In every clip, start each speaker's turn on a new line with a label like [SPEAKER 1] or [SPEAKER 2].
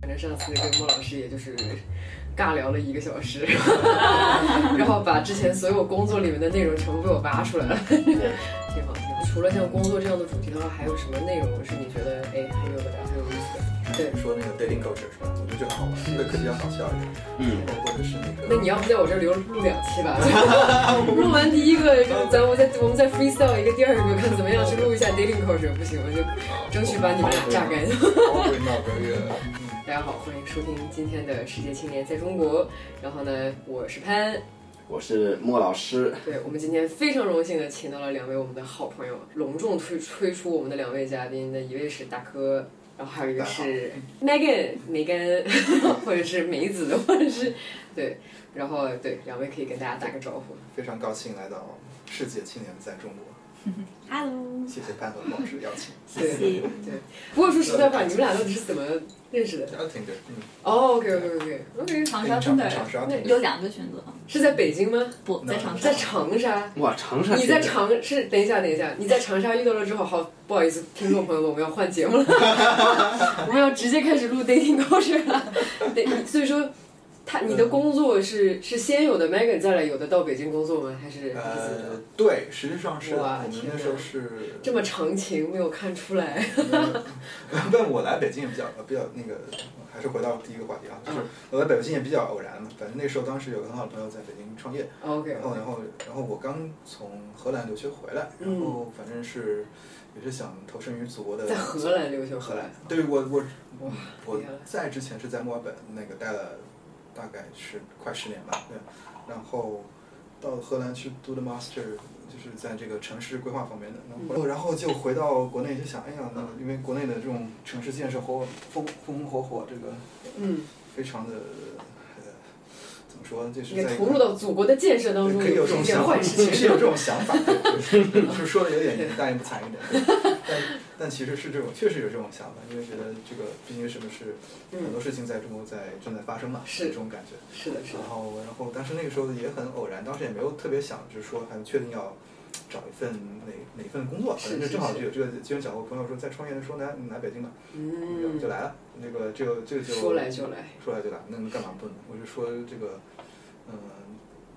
[SPEAKER 1] 反正上次跟莫老师也就是尬聊了一个小时， 然后把之前所有工作里面的内容全部被我挖出来了， 挺好挺好。除了像工作这样的主题的话，还有什么内容是你觉得哎很有的聊、很有意思的？对
[SPEAKER 2] 你说那个 dating culture 是吧？我觉得这个好玩，这个可以要搞笑一点，
[SPEAKER 3] 嗯，
[SPEAKER 2] 或者是那个
[SPEAKER 1] 那你要不在我这儿留录两期吧？录完第一个，咱们再我们再 freestyle 一个第二个，看怎么样去录一下 dating culture，不行我就争取把你们俩榨干。
[SPEAKER 2] 好鬼闹鬼乐，
[SPEAKER 1] 大家好，欢迎收听今天的《世界青年在中国》。然后呢，我是潘。
[SPEAKER 3] 我是莫老师，
[SPEAKER 1] 对我们今天非常荣幸的请到了两位我们的好朋友，隆重推推出我们的两位嘉宾，那一位是大柯，然后还有一个是 Megan 梅根， 或者是梅子，或者是对，然后对两位可以跟大家打个招呼。
[SPEAKER 2] 非常高兴来到世界青年在中国，
[SPEAKER 4] Hello，
[SPEAKER 2] 谢谢潘和老师邀请，
[SPEAKER 1] 对
[SPEAKER 4] 谢谢。
[SPEAKER 1] 不过说实在话，你们俩到底是怎么认识的？
[SPEAKER 2] 然后挺对，嗯，
[SPEAKER 1] 哦，OK OK OK OK，
[SPEAKER 4] 长沙
[SPEAKER 2] 长
[SPEAKER 4] 真
[SPEAKER 2] 长
[SPEAKER 4] 的
[SPEAKER 2] 沙
[SPEAKER 1] 那
[SPEAKER 2] 挺
[SPEAKER 4] 有两个选择，
[SPEAKER 1] 是在北京吗？
[SPEAKER 4] 不在长沙
[SPEAKER 1] 在，长沙。
[SPEAKER 3] 哇，长沙，
[SPEAKER 1] 你在，长是等一下，等一下，你在长沙遇到了之后，好不好意思，听众朋友们，我们要换节目了， 我们要直接开始录 dating 故事了。对，所以说，他你的工作是是先有的 Megan，再来有的到北京工作吗？还是还是怎么
[SPEAKER 2] 呃
[SPEAKER 1] 样，
[SPEAKER 2] 对，实际上是我
[SPEAKER 1] 哇
[SPEAKER 2] 们
[SPEAKER 1] 天
[SPEAKER 2] 那
[SPEAKER 1] 哪
[SPEAKER 2] 时候是
[SPEAKER 1] 这么长情没有看出来？
[SPEAKER 2] 但我来北京也比较比较那个，还是回到第一个话题啊，就是我来北京也比较偶然嘛，反正那时候当时有个很好的朋友在北京创业，
[SPEAKER 1] OK，
[SPEAKER 2] 然后然后然后我刚从荷兰留学回来，
[SPEAKER 1] 嗯
[SPEAKER 2] 然后反正是也是想投身于祖国的
[SPEAKER 1] 在荷兰留学
[SPEAKER 2] 荷
[SPEAKER 1] 回
[SPEAKER 2] 兰
[SPEAKER 1] 来，，
[SPEAKER 2] 对我我
[SPEAKER 1] 哇
[SPEAKER 2] 我
[SPEAKER 1] 厉害了
[SPEAKER 2] 在之前是在墨尔本那个待了大概是快十年吧，对，然后到荷兰去读的 master，就是在这个城市规划方面的，然后然
[SPEAKER 1] 嗯
[SPEAKER 2] 后就回到国内就想，哎呀，那因为国内的这种城市建设火风风风火火，这个
[SPEAKER 1] 嗯，
[SPEAKER 2] 非常的呃怎么说，就是
[SPEAKER 1] 也
[SPEAKER 2] 在一
[SPEAKER 1] 投入
[SPEAKER 2] 个
[SPEAKER 1] 到祖国的建设当中，
[SPEAKER 2] 可以有这
[SPEAKER 1] 一
[SPEAKER 2] 种
[SPEAKER 1] 件
[SPEAKER 2] 想法，
[SPEAKER 1] 坏事
[SPEAKER 2] 是
[SPEAKER 1] 情。
[SPEAKER 2] 有这 种想法，对对就是说的有点大言不惭一点， 对但但其实是这种，确实有这种想法，因为觉得这个毕竟是不是很多事情在中国在正在发生嘛，
[SPEAKER 1] 嗯是
[SPEAKER 2] 这种感觉。
[SPEAKER 1] 是的，是的
[SPEAKER 2] 然。后然后，但是那个时候也很偶然，当时也没有特别想，就是说还确定要找一份哪哪份工作，反正
[SPEAKER 1] 是
[SPEAKER 2] 就是正好
[SPEAKER 1] 是
[SPEAKER 2] 就有这个机缘巧合，朋友说在创业的时候来你来北京吧，
[SPEAKER 1] 嗯
[SPEAKER 2] 就，来了，那个这个这个就
[SPEAKER 1] 说来就来。
[SPEAKER 2] 说来就来，那能干嘛不能？我就说这个，嗯、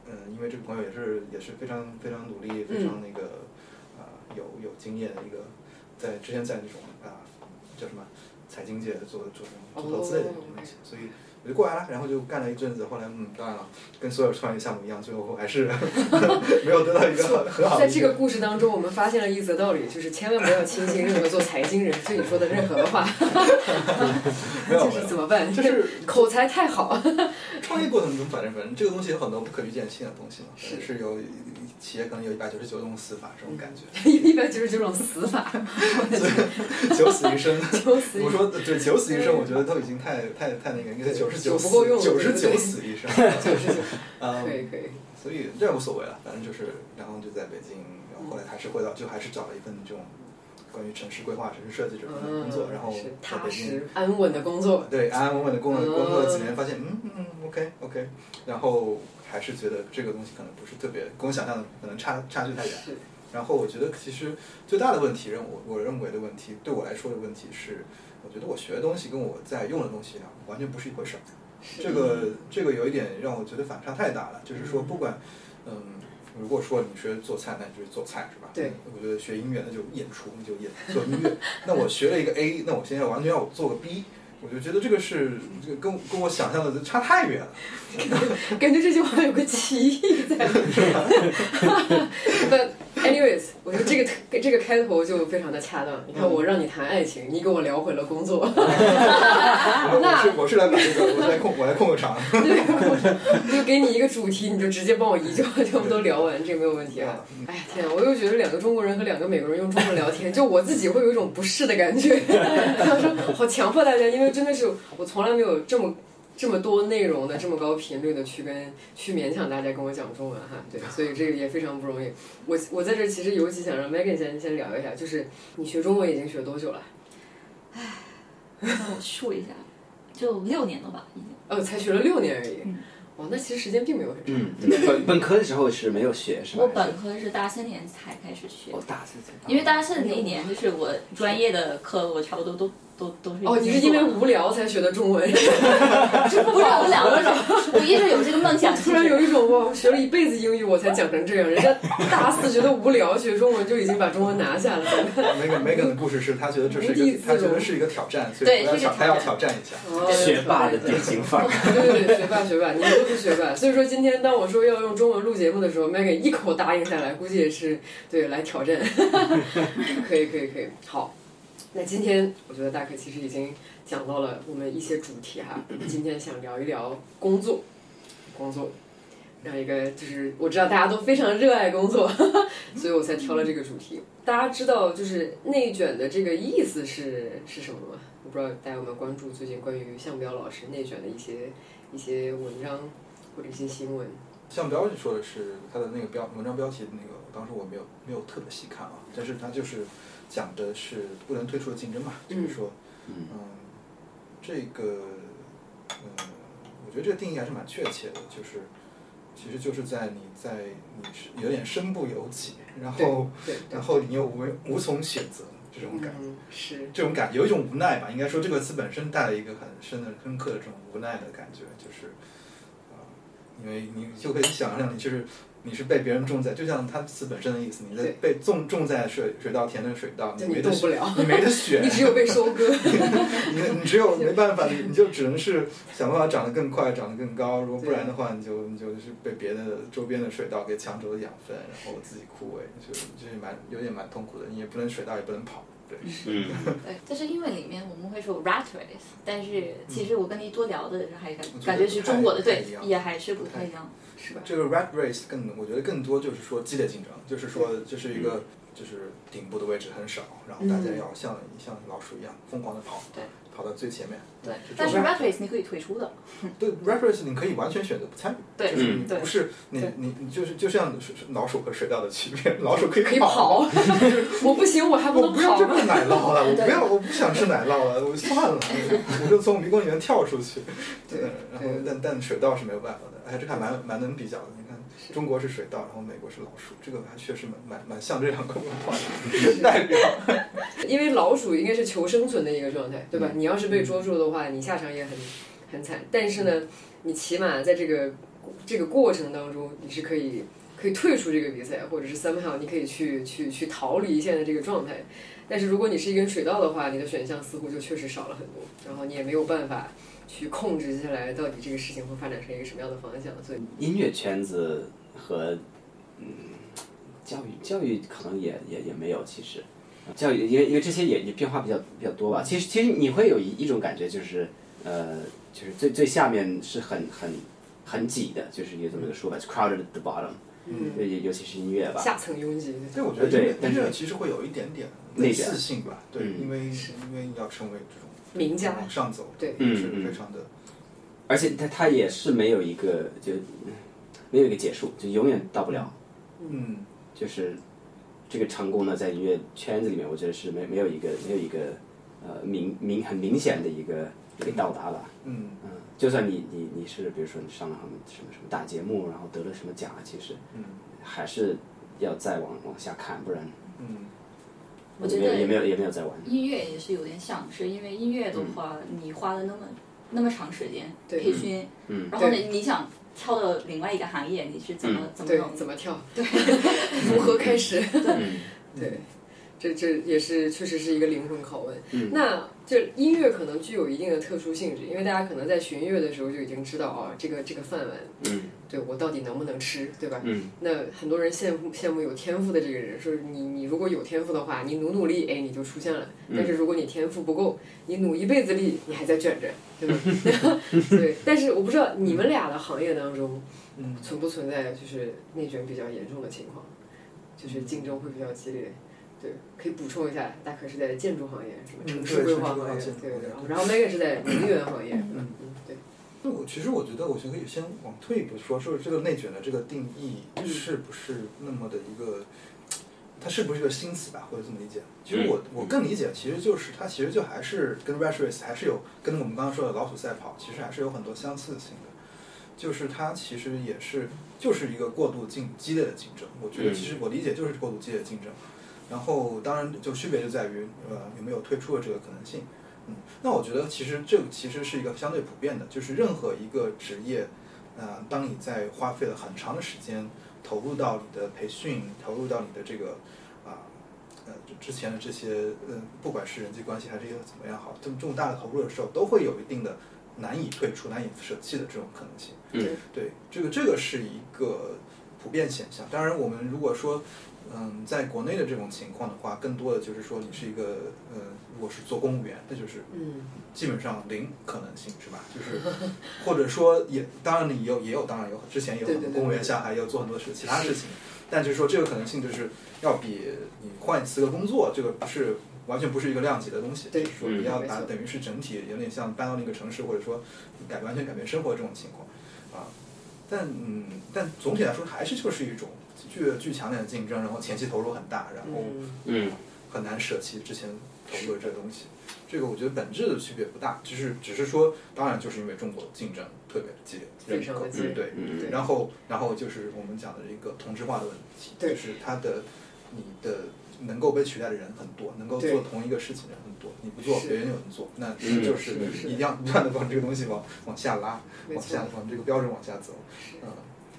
[SPEAKER 2] 嗯、因为这个朋友也是也是非常非常努力，非常那个
[SPEAKER 1] 嗯
[SPEAKER 2] 啊、有有经验的一个，在之前在那种啊、叫什么财经界做做这种做投资类的
[SPEAKER 1] 哦
[SPEAKER 2] 东西，所以我就过来了，然后就干了一阵子，后来嗯，当然了，跟所有创业项目一样，最后 还是没有得到一个很很好的
[SPEAKER 1] 在
[SPEAKER 2] 一
[SPEAKER 1] 这个故事当中，我们发现了一则道理， 就是千万不要轻信任何做财经人 对你说的任何的话，
[SPEAKER 2] 没有
[SPEAKER 1] 就。是怎么办？
[SPEAKER 2] 就是
[SPEAKER 1] 口才太好。
[SPEAKER 2] 创业过程中，反正反正这个东西有很多不可预见性的东西嘛，
[SPEAKER 1] 是
[SPEAKER 2] 是有企业可能有一百九十九种死法这种感觉，
[SPEAKER 1] 一百九十九种死法，
[SPEAKER 2] 九死 一生。
[SPEAKER 1] 求死
[SPEAKER 2] 我说对，九死一生，我觉得都已经太太太那个，应该九十九
[SPEAKER 1] 不够用
[SPEAKER 2] 九十
[SPEAKER 1] 对
[SPEAKER 2] 九
[SPEAKER 1] 不对
[SPEAKER 2] 死一 生。
[SPEAKER 1] 九十九，可以
[SPEAKER 2] 嗯，
[SPEAKER 1] 可以。
[SPEAKER 2] 所以这无所谓了，反正就是，然后就在北京，然后后来还是回到，就还是找了一份这种关于城市规划、城市设计这种工作，
[SPEAKER 1] 嗯
[SPEAKER 2] 然后
[SPEAKER 1] 是
[SPEAKER 2] 在
[SPEAKER 1] 踏
[SPEAKER 2] 北京
[SPEAKER 1] 实安稳的工作，
[SPEAKER 2] 对，安安稳稳的工作
[SPEAKER 1] 嗯
[SPEAKER 2] 工作了几年，发现嗯嗯，OK OK，然后还是觉得这个东西可能不是特别跟我想象的可能差差距太远。
[SPEAKER 1] 是
[SPEAKER 2] 然后我觉得其实最大的问题，认我我认为的问题，对我来说的问题是，我觉得我学的东西跟我在用的东西啊，完全不是一回事儿。
[SPEAKER 1] 是
[SPEAKER 2] 这个这个有一点让我觉得反差太大了，就是说不管，嗯。如果说你学做菜，那你就是做菜，是吧？
[SPEAKER 1] 对。
[SPEAKER 2] 我觉得学音乐，那就演出，那就演做 音乐。那我学了一个 A，那我现在完全要做个 B，我就觉得这个是这个跟我跟我想象的差太远了。
[SPEAKER 1] 感觉这句话有个歧义在。But anyways，我觉得这个这个开头就非常的恰当。你
[SPEAKER 2] 嗯
[SPEAKER 1] 看，我让你谈爱情，你给我聊回了工作。啊
[SPEAKER 2] 我我是我是来把这个，我是来控我来控个场。
[SPEAKER 1] 对，我 就给你一个主题，你就 直接帮我一句话全部都聊完，这个没有问题啊。哎呀天啊，我又觉得两个中国人和两个美国人用中文聊天，就我自己会有一种不适的感觉， 想说好强迫大家，因为真的是我从来没有这么。这么多内容的这么高频率的去跟去勉强大家跟我讲中文哈，对，所以这个也非常不容易。我我在这儿其实尤其想让 Megan 先先聊一下，就是你学中文已经学多久了？
[SPEAKER 4] 让我数一下，就六年了吧，已经。
[SPEAKER 1] 哦，才学了六年而已
[SPEAKER 4] 嗯。
[SPEAKER 1] 哇，那其实时间并没有很长。
[SPEAKER 3] 嗯，本本科的时候是没有学是吧？
[SPEAKER 4] 我本科是大三年才开始学
[SPEAKER 3] 我，大四才，
[SPEAKER 4] 因为大四那一年就是我专业的课我差不多都都都是
[SPEAKER 1] 哦，你是因为
[SPEAKER 4] 啊
[SPEAKER 1] 无聊才学的中文， 这不
[SPEAKER 4] 不是
[SPEAKER 1] 好
[SPEAKER 4] 无聊
[SPEAKER 1] 了
[SPEAKER 4] 了，是我一直有这个梦想，
[SPEAKER 1] 突然有一种哇，学了一辈子英语我才讲成这样，人家大四觉得无聊学中文就已经把中文拿下了，
[SPEAKER 2] Megan Megan 的故事是，他觉得这是
[SPEAKER 1] 无
[SPEAKER 2] 一
[SPEAKER 1] 地
[SPEAKER 2] 个，
[SPEAKER 1] 自
[SPEAKER 2] 他觉得
[SPEAKER 1] 容
[SPEAKER 2] 是一个挑战，所
[SPEAKER 4] 对
[SPEAKER 2] 以他
[SPEAKER 4] 是一个
[SPEAKER 2] 想他
[SPEAKER 4] 挑
[SPEAKER 2] 要
[SPEAKER 4] 战嗯
[SPEAKER 2] 挑战一下。
[SPEAKER 1] 哦
[SPEAKER 3] 学霸的典型范儿。
[SPEAKER 1] 对对对，学霸学霸，你们都是学霸。所以说今天当我说要用中文录节目的时候，Megan 一口答应下来，估计也是对来挑战。 可以可以可以，好。那今天我觉得大可其实已经讲到了我们一些主题哈，今天想聊一聊工作，工作。让一个就是我知道大家都非常热爱工作，所以我才挑了这个主题。大家知道就是内卷的这个意思是是什么吗？我不知道大家有没有关注最近关于向彪老师内卷的一些一些文章或者一些新闻。
[SPEAKER 2] 像标说的是他的那个标文章标题的那个，当时我没有没有特别细看啊，但是他就是讲的是不能退出的竞争嘛，就是说，嗯，这个，嗯，我觉得这个定义还是蛮确切的，就是其实就是在你在你是有点身不由己，然后
[SPEAKER 1] 对，
[SPEAKER 2] 然后你又无无从选择这种感觉。
[SPEAKER 1] 嗯，是
[SPEAKER 2] 这种感觉，有一种无奈吧。应该说这个词本身带了一个很深的、深刻的这种无奈的感觉，就是啊、因为你就可以想象，你就是你是被别人种在，就像它词本身的意思，你在
[SPEAKER 1] 对
[SPEAKER 2] 被种种在水水稻田的水稻，
[SPEAKER 1] 就
[SPEAKER 2] 你
[SPEAKER 1] 你
[SPEAKER 2] 没得
[SPEAKER 1] 动不
[SPEAKER 2] 选，
[SPEAKER 1] 了，
[SPEAKER 2] 你没 得选
[SPEAKER 1] 你，只有被收割。
[SPEAKER 2] 你你只有没办法，你你就只能是想办法长得更快，长得更高。如果不然的话，你就你就是被别的周边的水稻给抢走了养分，然后自己枯萎，就就是蛮有点蛮痛苦的。你也不能水稻，也不能跑，对。
[SPEAKER 3] 嗯，
[SPEAKER 4] 对，就是因为里面我们会说 rat race，但是其实我跟你多聊的还感
[SPEAKER 2] 嗯
[SPEAKER 4] 感觉是中国的
[SPEAKER 2] 不太
[SPEAKER 4] 对
[SPEAKER 2] 一样
[SPEAKER 4] 也还是不太一样，
[SPEAKER 1] 是吧？
[SPEAKER 2] 这个 rat race 更，我觉得更多就是说激烈竞争，就是说这是一
[SPEAKER 4] 嗯
[SPEAKER 2] 个就是顶部的位置很少，然后大家要像、像老鼠一样疯狂的跑，
[SPEAKER 4] 对，
[SPEAKER 2] 跑到最前面。
[SPEAKER 4] 对
[SPEAKER 2] 就。
[SPEAKER 4] 但是
[SPEAKER 2] 这
[SPEAKER 4] rat race 你可以退出的，
[SPEAKER 2] 对 rat race 你可以完全选择不参与，
[SPEAKER 4] 对嗯
[SPEAKER 2] 就是你
[SPEAKER 4] 对
[SPEAKER 2] 不是你
[SPEAKER 4] 对
[SPEAKER 2] 你你就是就像是老鼠和水稻的区别，老鼠可以
[SPEAKER 1] 可以跑，我不行，我还不
[SPEAKER 2] 我
[SPEAKER 1] 能
[SPEAKER 2] 不要
[SPEAKER 1] 跑
[SPEAKER 2] 这
[SPEAKER 1] 吗？
[SPEAKER 2] 个奶酪了，我
[SPEAKER 4] 对
[SPEAKER 2] 不要，我不想吃奶酪了，我算了，我就从迷宫里面跳出去。
[SPEAKER 1] 对
[SPEAKER 2] 嗯然后
[SPEAKER 1] 对
[SPEAKER 2] 但但水稻是没有办法的，哎，这个还蛮蛮能比较的。你看，中国是水稻，然后美国是老鼠，这个还确实蛮蛮蛮像这两个文化 的代表。
[SPEAKER 1] 因为老鼠应该是求生存的一个状态，对
[SPEAKER 2] 嗯
[SPEAKER 1] 吧？你要是被捉住的话，你下场也很很惨。但是
[SPEAKER 2] 嗯
[SPEAKER 1] 呢，你起码在这个这个过程当中，你是可以可以退出这个比赛，或者是 somehow 你可以去去去逃离现在这个状态。但是如果你是一根水稻的话，你的选项似乎就确实少了很多，然后你也没有办法去控制接下来到底这个事情会发展成一个什么样的方向。所以，
[SPEAKER 3] 音乐圈子和嗯教育教育可能也也也没有，其实教育因为因为这些也也变化比较比较多吧。其实其实你会有一一种感觉，就是呃，就是最最下面是很很很挤的，就是有这么一个说法就，crowded at the bottom。
[SPEAKER 1] 嗯，
[SPEAKER 3] 尤尤其是音乐吧，
[SPEAKER 1] 下层拥挤，
[SPEAKER 2] 对，我觉得
[SPEAKER 3] 对
[SPEAKER 2] 音乐
[SPEAKER 3] 但
[SPEAKER 2] 音
[SPEAKER 3] 是
[SPEAKER 2] 乐其实会有一点点
[SPEAKER 3] 内
[SPEAKER 2] 类
[SPEAKER 3] 卷
[SPEAKER 2] 似性吧，对，
[SPEAKER 3] 嗯
[SPEAKER 2] 因为因为要成为这种
[SPEAKER 1] 名家
[SPEAKER 2] 往上走，
[SPEAKER 1] 对
[SPEAKER 2] 是
[SPEAKER 3] 嗯嗯
[SPEAKER 2] 非常的
[SPEAKER 3] 而且它它也是没有一个就没有一个结束，就永远到不了。
[SPEAKER 2] 嗯。
[SPEAKER 3] 就是这个成功呢，在音乐圈子里面，我觉得是没没有一个没有一个呃明明很明显的一个一个到达吧。
[SPEAKER 2] 嗯，
[SPEAKER 3] 嗯，就算你你你是比如说你上了什么什么什么大节目，然后得了什么奖，啊其实
[SPEAKER 2] 嗯
[SPEAKER 3] 还是要再往往下看，不然
[SPEAKER 2] 嗯，
[SPEAKER 4] 我觉
[SPEAKER 3] 没有也
[SPEAKER 4] 得
[SPEAKER 3] 没有也没有再玩。
[SPEAKER 4] 音乐也是有点像，是因为音乐的话，你花了那么那么长时间
[SPEAKER 1] 嗯对
[SPEAKER 4] 培训，
[SPEAKER 3] 嗯
[SPEAKER 4] 然后
[SPEAKER 1] 对嗯
[SPEAKER 4] 你你想跳到另外一个行业，你是怎么怎么
[SPEAKER 1] 对
[SPEAKER 4] 弄，的？
[SPEAKER 1] 怎么跳，对， 如何开始？
[SPEAKER 3] 嗯，
[SPEAKER 1] 对，这这也是确实是一个灵魂拷问。
[SPEAKER 3] 嗯
[SPEAKER 1] 那这音乐可能具有一定的特殊性质，因为大家可能在寻音乐的时候就已经知道啊，这个这个饭碗，
[SPEAKER 3] 嗯，
[SPEAKER 1] 对我到底能不能吃，对吧？
[SPEAKER 3] 嗯，
[SPEAKER 1] 那很多人羡慕羡慕有天赋的这个人，说你你如果有天赋的话，你努努力，哎，你就出现了。
[SPEAKER 3] 嗯
[SPEAKER 1] 但是如果你天赋不够，你努一辈子力，你还在卷着，对吧？ 对，但是我不知道你们俩的行业当中，
[SPEAKER 2] 嗯，
[SPEAKER 1] 存不存在就是内卷比较严重的情况，
[SPEAKER 2] 嗯
[SPEAKER 1] 就是竞争会比较激烈。对，可以补充一下，大可是在建筑行业，什么
[SPEAKER 2] 嗯
[SPEAKER 1] 城市规
[SPEAKER 2] 对城
[SPEAKER 1] 划
[SPEAKER 2] 市规
[SPEAKER 1] 行
[SPEAKER 2] 划
[SPEAKER 1] 业，
[SPEAKER 2] 建筑
[SPEAKER 1] 对对
[SPEAKER 2] 对
[SPEAKER 1] 对。然后 Megan 是在能源行业，嗯嗯，对，
[SPEAKER 2] 那我其实我觉得，我觉得可以先往退一步说，说这个内卷的这个定义是不是那么的一个，它是不是一个新词吧，或者这么理解？其实我我更理解，其实就是它其实就还是跟 rat race 还是有跟我们刚刚说的老鼠赛跑，其实还是有很多相似性的，就是它其实也是就是一个过度竞激烈的竞争。我觉得
[SPEAKER 3] 嗯
[SPEAKER 2] 其实我理解就是过度激烈的竞争，然后当然就区别就在于呃有没有退出的这个可能性。嗯，那我觉得其实这其实是一个相对普遍的，就是任何一个职业，呃，当你在花费了很长的时间投入到你的培训，投入到你的这个啊呃之前的这些呃，不管是人际关系还是一个怎么样好，这么重大的投入的时候，都会有一定的难以退出、难以舍弃的这种可能性。
[SPEAKER 3] 嗯
[SPEAKER 2] 对，这个这个是一个普遍现象。当然，我们如果说，嗯，在国内的这种情况的话，更多的就是说你是一个呃，如果是做公务员，那就是
[SPEAKER 1] 嗯
[SPEAKER 2] 基本上零可能性是吧？就是或者说也当然你有也有当然有之前也有
[SPEAKER 1] 对
[SPEAKER 2] 很
[SPEAKER 1] 对
[SPEAKER 2] 多
[SPEAKER 1] 对
[SPEAKER 2] 公务员下海也有做很多事其他事情，但就是说这个可能性就是要比你换四个工作这个不是。完全不是一个量级的东西，就
[SPEAKER 1] 对
[SPEAKER 2] 是说
[SPEAKER 3] 嗯
[SPEAKER 2] 你要
[SPEAKER 1] 没
[SPEAKER 2] 把
[SPEAKER 1] 错
[SPEAKER 2] 等于是整体有点像搬到那个城市，或者说改完全改变生活这种情况，啊，但嗯，但总体来说还是就是一种巨巨强烈的竞争，然后前期投入很大，然后
[SPEAKER 1] 嗯，
[SPEAKER 3] 嗯
[SPEAKER 2] 很难舍弃之前投入的这个东西。这个我觉得本质的区别不大，只是只是说，当然就是因为中国竞争特别激烈，
[SPEAKER 1] 非常的激烈
[SPEAKER 2] 人口对，
[SPEAKER 3] 嗯
[SPEAKER 1] 对
[SPEAKER 2] 然后然后就是我们讲的一个同质化的问题，
[SPEAKER 1] 对
[SPEAKER 2] 就是它的你的能够被取代的人很多，能够
[SPEAKER 1] 对
[SPEAKER 2] 做同一个事情的人很多，你不做
[SPEAKER 1] 是
[SPEAKER 2] 别人有人做，那
[SPEAKER 3] 嗯
[SPEAKER 2] 就是
[SPEAKER 1] 是的是的
[SPEAKER 2] 一定要不断的往这个东西往往下拉，
[SPEAKER 1] 没
[SPEAKER 2] 往
[SPEAKER 1] 错
[SPEAKER 2] 下，往这个标准往下走
[SPEAKER 1] 是，
[SPEAKER 2] 嗯。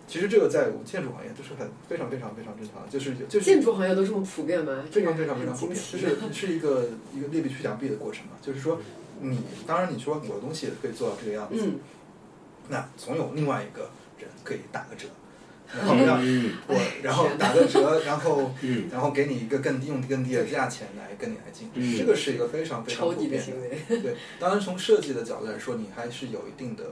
[SPEAKER 2] 其实这个在我们建筑行业都是很非常非常非常正常的，就是就是
[SPEAKER 1] 建筑行业都这么普遍吗？
[SPEAKER 2] 非常非常非常
[SPEAKER 1] 很
[SPEAKER 2] 普
[SPEAKER 1] 惊
[SPEAKER 2] 遍，
[SPEAKER 1] 奇
[SPEAKER 2] 就是是一个一个劣币驱良币的过程嘛。就是说，
[SPEAKER 3] 嗯
[SPEAKER 2] 你当然你说我的东西也可以做到这个样子，
[SPEAKER 1] 嗯，
[SPEAKER 2] 那总有另外一个人可以打个 折，然后让
[SPEAKER 3] 嗯
[SPEAKER 2] 我然后打个折，然后
[SPEAKER 3] 嗯
[SPEAKER 2] 然后给你一个更低用更低的价钱来跟你来竞
[SPEAKER 3] 嗯
[SPEAKER 2] 争，这个是一个非常非常
[SPEAKER 1] 抄
[SPEAKER 2] 普
[SPEAKER 1] 底
[SPEAKER 2] 遍
[SPEAKER 1] 的
[SPEAKER 2] 的
[SPEAKER 1] 行为，
[SPEAKER 2] 对，当然从设计的角度来说，你还是有一定的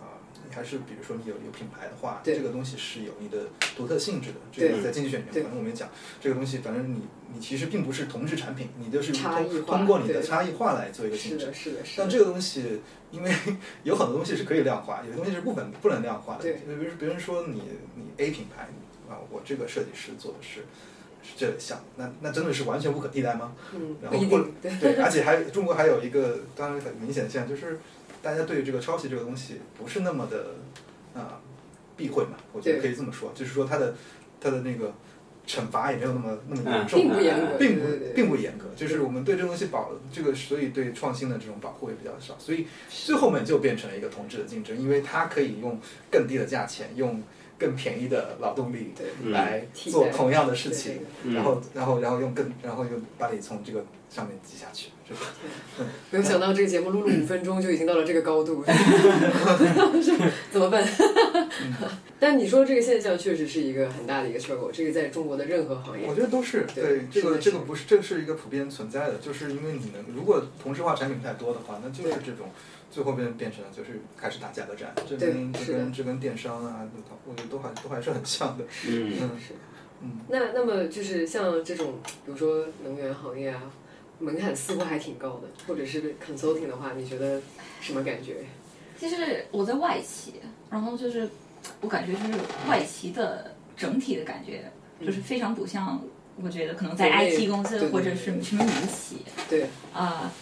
[SPEAKER 2] 啊、你还是比如说你有有品牌的话，
[SPEAKER 1] 对
[SPEAKER 2] 这个东西是有你的独特性质的。这
[SPEAKER 1] 对
[SPEAKER 2] 个在经济学里面，
[SPEAKER 1] 对
[SPEAKER 2] 反正我们也讲这个东西，反正你你其实并不是同质产品，你就是
[SPEAKER 1] 差异
[SPEAKER 2] 通
[SPEAKER 1] 化
[SPEAKER 2] 通过你的
[SPEAKER 1] 对
[SPEAKER 2] 差异化来做一个
[SPEAKER 1] 是
[SPEAKER 2] 竞争
[SPEAKER 1] 的，。是的，是的。
[SPEAKER 2] 但这个东西，因为有很多东西是可以量化，有些东西是不能不能量化的。
[SPEAKER 1] 对
[SPEAKER 2] 比如别人说你你 A 品牌啊，我这个设计师做的是是这项，那那真的是完全不可替代吗？
[SPEAKER 1] 嗯，
[SPEAKER 2] 然
[SPEAKER 1] 不
[SPEAKER 2] 后
[SPEAKER 1] 一
[SPEAKER 2] 过
[SPEAKER 1] 定对，
[SPEAKER 2] 对，而且还中国还有一个当然很明显的现象，就是大家对于这个抄袭这个东西不是那么的啊、避讳嘛，我觉得可以这么说，就是说它的它的那个惩罚也没有那么那么严
[SPEAKER 3] 嗯
[SPEAKER 2] 重，啊
[SPEAKER 1] 并不严格，
[SPEAKER 2] 并
[SPEAKER 1] 对
[SPEAKER 2] 不
[SPEAKER 1] 对对
[SPEAKER 2] 并不严格，就是我们对这个东西保这个，所以对创新的这种保护也比较少，所以最后面就变成了一个同质的竞争，因为它可以用更低的价钱，用更便宜的劳动力
[SPEAKER 1] 对
[SPEAKER 3] 嗯
[SPEAKER 2] 来
[SPEAKER 1] 替
[SPEAKER 2] 做
[SPEAKER 1] 代
[SPEAKER 2] 同样的事
[SPEAKER 1] 对
[SPEAKER 2] 情
[SPEAKER 1] 对，
[SPEAKER 3] 嗯
[SPEAKER 2] 然后然后然后用更然后又把你从这个上面挤下去，这个
[SPEAKER 1] 没有想到这个节目录了五分钟就已经到了这个高 度，是怎么办？
[SPEAKER 4] 嗯
[SPEAKER 1] 但你说这个现象确实是一个很大的一个 struggle，这个在中国的任何行业
[SPEAKER 2] 我，觉得都是
[SPEAKER 1] 对
[SPEAKER 2] 对这
[SPEAKER 1] 是
[SPEAKER 2] 个
[SPEAKER 1] 的
[SPEAKER 2] 这
[SPEAKER 1] 是
[SPEAKER 2] 个
[SPEAKER 1] 的
[SPEAKER 2] 不是这是一个普遍存在的，就是因为你能如果同质化产品太多的话，那就是
[SPEAKER 1] 对
[SPEAKER 2] 这种最后变变成了就是开始打价格战，这
[SPEAKER 1] 对
[SPEAKER 2] 跟
[SPEAKER 1] 是
[SPEAKER 2] 这
[SPEAKER 1] 的
[SPEAKER 2] 跟这跟电商啊，我觉得都还都还是很像的，
[SPEAKER 3] 嗯
[SPEAKER 2] 嗯
[SPEAKER 1] 是
[SPEAKER 2] 嗯，
[SPEAKER 1] 那那么就是像这种，比如说能源行业啊，门槛似乎还挺高的，或者是 consulting 的话，你觉得什么感觉？
[SPEAKER 4] 其实我在外企，然后就是我感觉就是外企的整体的感觉，就是非常不像我觉得可能
[SPEAKER 1] 嗯
[SPEAKER 4] 在
[SPEAKER 1] 国内
[SPEAKER 4] IT 公
[SPEAKER 1] 对
[SPEAKER 4] 司
[SPEAKER 1] 对对
[SPEAKER 4] 或者是什么民企
[SPEAKER 1] 对，
[SPEAKER 4] 啊、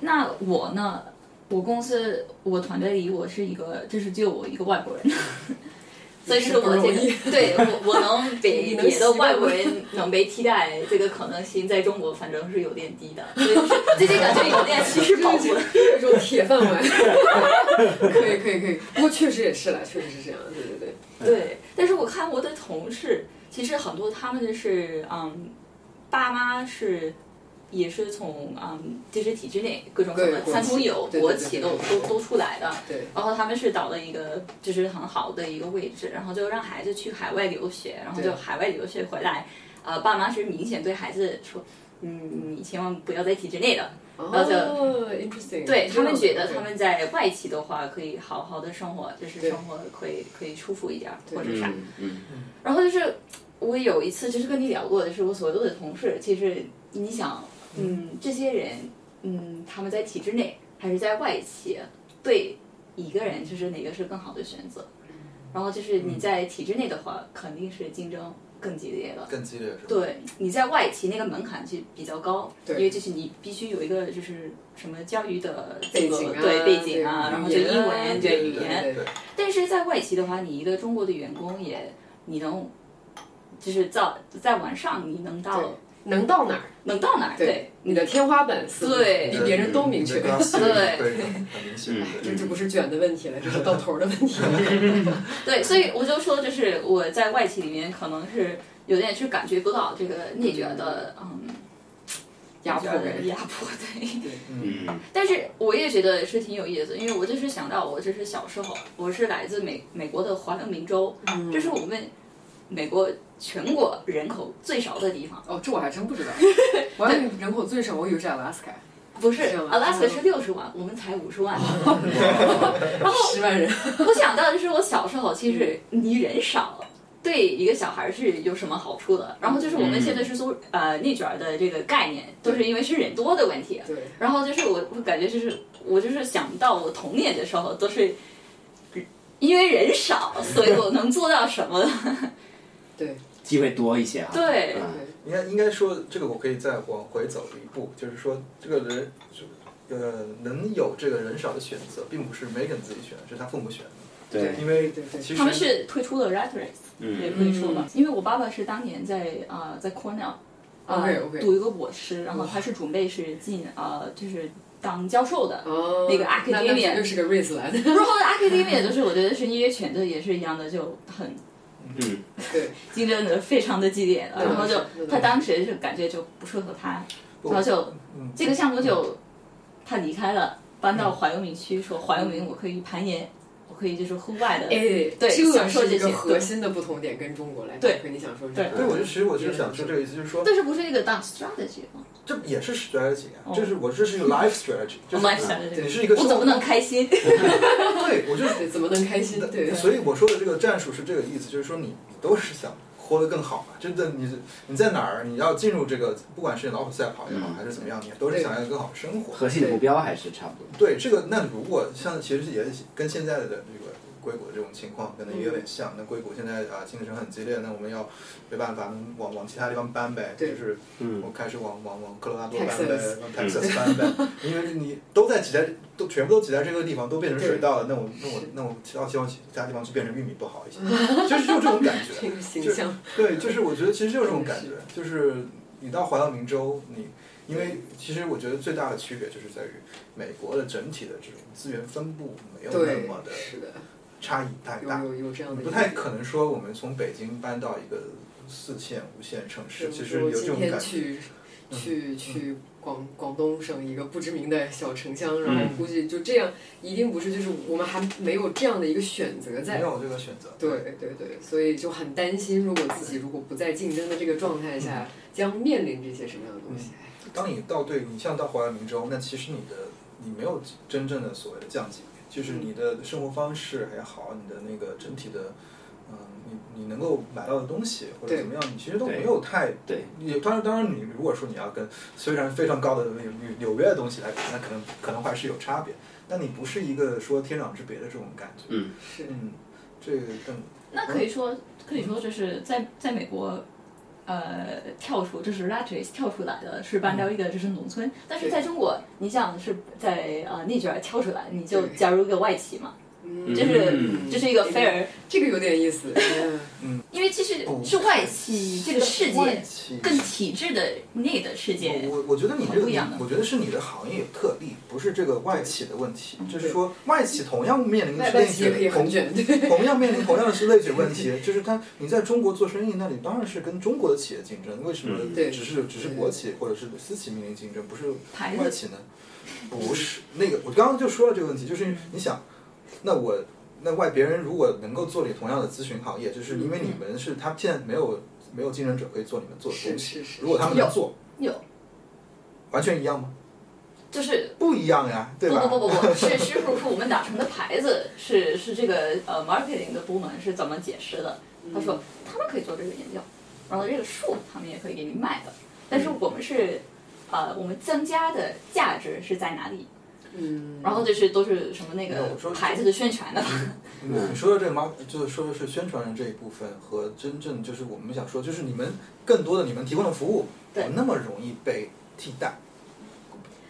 [SPEAKER 4] 那我呢，我公司我团队里我是一个，就是只有我一个外国人。 所以这是我
[SPEAKER 1] 不容
[SPEAKER 4] 这
[SPEAKER 1] 易
[SPEAKER 4] 个， 对我 我能
[SPEAKER 1] 你
[SPEAKER 4] 被
[SPEAKER 1] 能
[SPEAKER 4] 别的
[SPEAKER 1] 习惯
[SPEAKER 4] 外国 人能被替代，这个可能性在中国反正是有点低的，所以是对这感觉有点 歧视保护的。
[SPEAKER 1] 有一种铁饭碗。可以可以可以，不过确实也是啦，确实是这样，对对对，
[SPEAKER 4] 对，但是我看我的同事，其实很多他们就是嗯，爸妈是也是从嗯这些体制内各种什么
[SPEAKER 1] 对
[SPEAKER 4] 三重友、
[SPEAKER 1] 对对对
[SPEAKER 4] 国企都
[SPEAKER 1] 对对
[SPEAKER 4] 都都出来的，
[SPEAKER 1] 对
[SPEAKER 4] 然后他们是到了一个就是很好的一个位置，然后就让孩子去海外留学，然后
[SPEAKER 1] 对
[SPEAKER 4] 就海外留学回来，呃，爸妈是明显对孩子说。嗯，你千万不要在体制内的。后就
[SPEAKER 1] 哦，interesting，
[SPEAKER 4] 对他们
[SPEAKER 1] 这样
[SPEAKER 4] 觉得
[SPEAKER 1] 子
[SPEAKER 4] 他们在外企的话，可以好好的生活，就是
[SPEAKER 1] 对
[SPEAKER 4] 生活可以可以舒服一点，
[SPEAKER 1] 对
[SPEAKER 4] 或者啥。
[SPEAKER 3] 嗯嗯
[SPEAKER 4] 然后就是我有一次就是跟你聊过的是，我所有的同事，其实你想，嗯，这些人，嗯，他们在体制内还是在外企，对一个人就是哪个是更好的选择。
[SPEAKER 1] 嗯
[SPEAKER 4] 然后就是你在体制内的话，肯定是竞争更激烈了。
[SPEAKER 2] 更激烈是吧？
[SPEAKER 4] 对，你在外企那个门槛就比较高，
[SPEAKER 1] 对
[SPEAKER 4] 因为就是你必须有一个就是什么教育的
[SPEAKER 1] 背
[SPEAKER 4] 这个
[SPEAKER 1] 景啊
[SPEAKER 4] 对背景
[SPEAKER 1] 对
[SPEAKER 4] 啊，然后
[SPEAKER 1] 语
[SPEAKER 4] 就
[SPEAKER 1] 言
[SPEAKER 4] 英文
[SPEAKER 1] 对
[SPEAKER 4] 语
[SPEAKER 1] 对
[SPEAKER 4] 言，
[SPEAKER 1] 对
[SPEAKER 2] 对，
[SPEAKER 4] 但是在外企的话，你一个中国的员工也，你能，就是在在往上，你能到
[SPEAKER 1] 对能到哪儿，
[SPEAKER 4] 能到哪儿，
[SPEAKER 1] 对
[SPEAKER 4] 对，
[SPEAKER 1] 你的天花板似乎
[SPEAKER 4] 对
[SPEAKER 1] 比别人都明确
[SPEAKER 2] 对，，
[SPEAKER 4] 对
[SPEAKER 2] 对，很明显，
[SPEAKER 1] 这
[SPEAKER 2] 对
[SPEAKER 1] 就不是卷的问 题了，这是到头的问题。
[SPEAKER 4] 对，所以我就说，就是我在外企里面可能是有点去感觉不到这个内卷的，嗯，
[SPEAKER 1] 压迫
[SPEAKER 4] 人压迫对。
[SPEAKER 3] 嗯
[SPEAKER 4] 但是我也觉得是挺有意思，因为我就是想到我这是小时候，我是来自美美国的华盛顿明州，
[SPEAKER 1] 嗯
[SPEAKER 4] 这是我们美国全国人口最少的地方，
[SPEAKER 1] 哦，这我还真不 知道。我还以为人口最少，我以为是阿拉斯加，
[SPEAKER 4] 不是
[SPEAKER 1] 是吗嗯
[SPEAKER 4] Alaska 是六十万，我们才五 十万。
[SPEAKER 1] 十万人。
[SPEAKER 4] 我想到的是我小时候，其实你人少，对一个小孩是有什么好处的？然后就是我们现在是说，呃，内卷的这个概念，都是因为是人多的问题。
[SPEAKER 1] 对，
[SPEAKER 4] 然后就是我，我感觉就是我就是想到我童年的时候，都是因为人少，所以我能做到什么？
[SPEAKER 3] 机会多一些哈。
[SPEAKER 4] 对
[SPEAKER 3] 嗯
[SPEAKER 2] 应该应该说，这个我可以再往回走一步，就是说，这个人，就呃，能有这个人少的选择，并不是 Megan 自己选，是他父母选的，
[SPEAKER 3] 对，
[SPEAKER 2] 因为
[SPEAKER 1] 对对对
[SPEAKER 2] 其实
[SPEAKER 4] 他们是退出了 Rat Race，也
[SPEAKER 3] 嗯
[SPEAKER 4] 可以说吧，因为我爸爸是当年在啊、呃在 Cornell 啊、
[SPEAKER 1] OK，OK
[SPEAKER 4] 读一个博士，然后他是准备是进啊、呃就是当教授的。
[SPEAKER 1] 哦，
[SPEAKER 4] 那个
[SPEAKER 1] 那
[SPEAKER 4] academia
[SPEAKER 1] 那绝对是个 race 来的。
[SPEAKER 4] 然后 academia 就是我觉得是音乐圈的也是一样的，就很
[SPEAKER 3] 嗯，
[SPEAKER 1] 对，
[SPEAKER 4] 竞争的非常的激烈，
[SPEAKER 1] 对
[SPEAKER 4] 然后就是
[SPEAKER 1] 的
[SPEAKER 4] 他当时就感觉就不适合他，
[SPEAKER 2] 不
[SPEAKER 4] 然后就
[SPEAKER 2] 嗯
[SPEAKER 4] 这个项目就他离开了，搬到怀柔明区，说怀柔明我可以攀岩，我可以就是户外的，
[SPEAKER 1] 哎，
[SPEAKER 4] 对
[SPEAKER 1] 这
[SPEAKER 4] 享受
[SPEAKER 1] 是一个
[SPEAKER 4] 这些
[SPEAKER 1] 核心的不同点，跟中国来
[SPEAKER 4] 对
[SPEAKER 1] 和你想说是
[SPEAKER 4] 对
[SPEAKER 2] 对，我就其实我就是想说这个意思，就是说，
[SPEAKER 4] 但是不是一个大 strategy 吗？
[SPEAKER 2] 这也是 strategy 啊，这是我这是一个 life strategy，就是
[SPEAKER 4] 哦 life strategy
[SPEAKER 2] 你是一个
[SPEAKER 4] 我怎么能
[SPEAKER 2] 生
[SPEAKER 4] 开心？
[SPEAKER 2] 活对我就是
[SPEAKER 1] 对，怎么能开心？对，
[SPEAKER 2] 所以我说的这个战术是这个意思，就是说你你都是想活得更好嘛。真的，你你在哪儿，你要进入这个，不管是老虎赛跑也好，还是怎么样，你都是想要更好的生活。
[SPEAKER 3] 核心的目标还是差不多。
[SPEAKER 2] 对这个，那如果像其实也跟现在的这个硅谷的这种情况可能也有点
[SPEAKER 1] 嗯
[SPEAKER 2] 像。那硅谷现在啊竞争很激烈，那我们要没办法，那往往其他地方搬呗，就
[SPEAKER 1] 对
[SPEAKER 2] 是
[SPEAKER 3] 嗯
[SPEAKER 2] 我开始往往往科罗拉多搬呗
[SPEAKER 1] Texas，
[SPEAKER 2] 往 Texas 搬呗，因为你都在挤在都全部都挤在这个地方，都变成水稻了，那我那我那我到希望其他地方去变成玉米不好 一些，就是就这种感
[SPEAKER 1] 这
[SPEAKER 2] 觉，
[SPEAKER 1] 个形象，
[SPEAKER 2] 对，就是我觉得其实就是这种感觉，就是你到怀到明州，你因为其实我觉得最大的区别就是在于美国的整体的这种资源分布没有那
[SPEAKER 1] 对
[SPEAKER 2] 么，的
[SPEAKER 1] 是的，
[SPEAKER 2] 差异太
[SPEAKER 1] 有
[SPEAKER 2] 大，
[SPEAKER 1] 有有这样的一
[SPEAKER 2] 不
[SPEAKER 1] 个，
[SPEAKER 2] 太可能说我们从北京搬到一个四线五线城市，其实
[SPEAKER 1] 比如
[SPEAKER 2] 有
[SPEAKER 1] 说
[SPEAKER 2] 这种
[SPEAKER 1] 今天
[SPEAKER 2] 感觉。
[SPEAKER 1] 去
[SPEAKER 2] 嗯
[SPEAKER 1] 去去广广东省一个不知名的小城乡，然后
[SPEAKER 3] 嗯
[SPEAKER 1] 估计就这样，一定不是，就是我们还没有这样的一个选择
[SPEAKER 2] 没
[SPEAKER 1] 在。
[SPEAKER 2] 有这个选择，
[SPEAKER 1] 对对对，所以就很担心，如果自己如果不在竞争的这个状态
[SPEAKER 2] 嗯
[SPEAKER 1] 下，将面临这些什么样的东西？
[SPEAKER 2] 当你到对你像到华南明州，那其实你的你没有真正的所谓的降级，就是你的生活方式也好，你的那个整体的，嗯，你你能够买到的东西或者
[SPEAKER 1] 对
[SPEAKER 2] 怎么样，你其实都没有太
[SPEAKER 3] 对，
[SPEAKER 2] 也当然当然你如果说你要跟虽然非常高的纽纽纽约的东西来比，那可能可能还是有差别，但你不是一个说天壤之别的这种感觉，
[SPEAKER 3] 嗯，
[SPEAKER 1] 是
[SPEAKER 2] 嗯，这个更
[SPEAKER 4] 那可以说，可以说就是在在美国，呃，跳出就是 rat race 跳出来的
[SPEAKER 2] 嗯
[SPEAKER 4] 是搬到一个就是农村，但是在中国，你想是在呃内卷跳出来，你就
[SPEAKER 1] 对
[SPEAKER 4] 加入一个外企嘛，
[SPEAKER 1] 嗯，
[SPEAKER 4] 这是
[SPEAKER 3] 嗯
[SPEAKER 4] 这是一个
[SPEAKER 1] 嗯
[SPEAKER 4] fair，
[SPEAKER 1] 这个有点意思。嗯
[SPEAKER 4] 因为其实
[SPEAKER 2] 不
[SPEAKER 4] 是外企这个世界
[SPEAKER 2] 界
[SPEAKER 4] 更体制的内的世界，
[SPEAKER 2] 我我觉得你这
[SPEAKER 4] 不
[SPEAKER 2] 个
[SPEAKER 4] 一样的，
[SPEAKER 2] 我觉得是你的行业有特例，不是这个外企的问题。就是说，外企同样面临的
[SPEAKER 1] 外
[SPEAKER 2] 是
[SPEAKER 1] 外
[SPEAKER 2] 内
[SPEAKER 1] 企也可以
[SPEAKER 2] 卷，
[SPEAKER 1] 很
[SPEAKER 2] 同
[SPEAKER 1] 卷，对，
[SPEAKER 2] 同样面临同样的是内卷问题。就是它，你在中国做生意，那你当然是跟中国的企业竞争。为什么
[SPEAKER 1] 对
[SPEAKER 2] 只是只是国企或者是私企面临竞争，不是
[SPEAKER 4] 牌
[SPEAKER 2] 外
[SPEAKER 4] 子
[SPEAKER 2] 企呢？不是那个，我刚刚就说了这个问题，就是你想，那我那外别人如果能够做你同样的咨询行业，就是因为
[SPEAKER 1] 嗯
[SPEAKER 2] 你们是他现在没有没有竞争者可以做你们做的东
[SPEAKER 1] 是
[SPEAKER 2] 西。
[SPEAKER 1] 是是。
[SPEAKER 2] 如果他们能做，
[SPEAKER 4] 有
[SPEAKER 2] 完全一样吗？
[SPEAKER 4] 就是。
[SPEAKER 2] 不一样呀，对
[SPEAKER 4] 不
[SPEAKER 2] 吧？
[SPEAKER 4] 哦不不不不，是是不是我们打成的牌子是是这个呃 marketing 的部门是怎么解释的？他说他们可以做这个研究，然后这个树他们也可以给你卖的，但是我们是，呃，我们增加的价值是在哪里？
[SPEAKER 1] 嗯，
[SPEAKER 4] 然后就是都是什么那
[SPEAKER 2] 那
[SPEAKER 4] 个
[SPEAKER 2] 我说
[SPEAKER 4] 牌子的宣传的，
[SPEAKER 2] 你嗯你说的这个 mark 就是说的是宣传人这一部分和真正就是我们想说，就是你们更多的你们提供的服务不
[SPEAKER 4] 对
[SPEAKER 2] 那么容易被替代。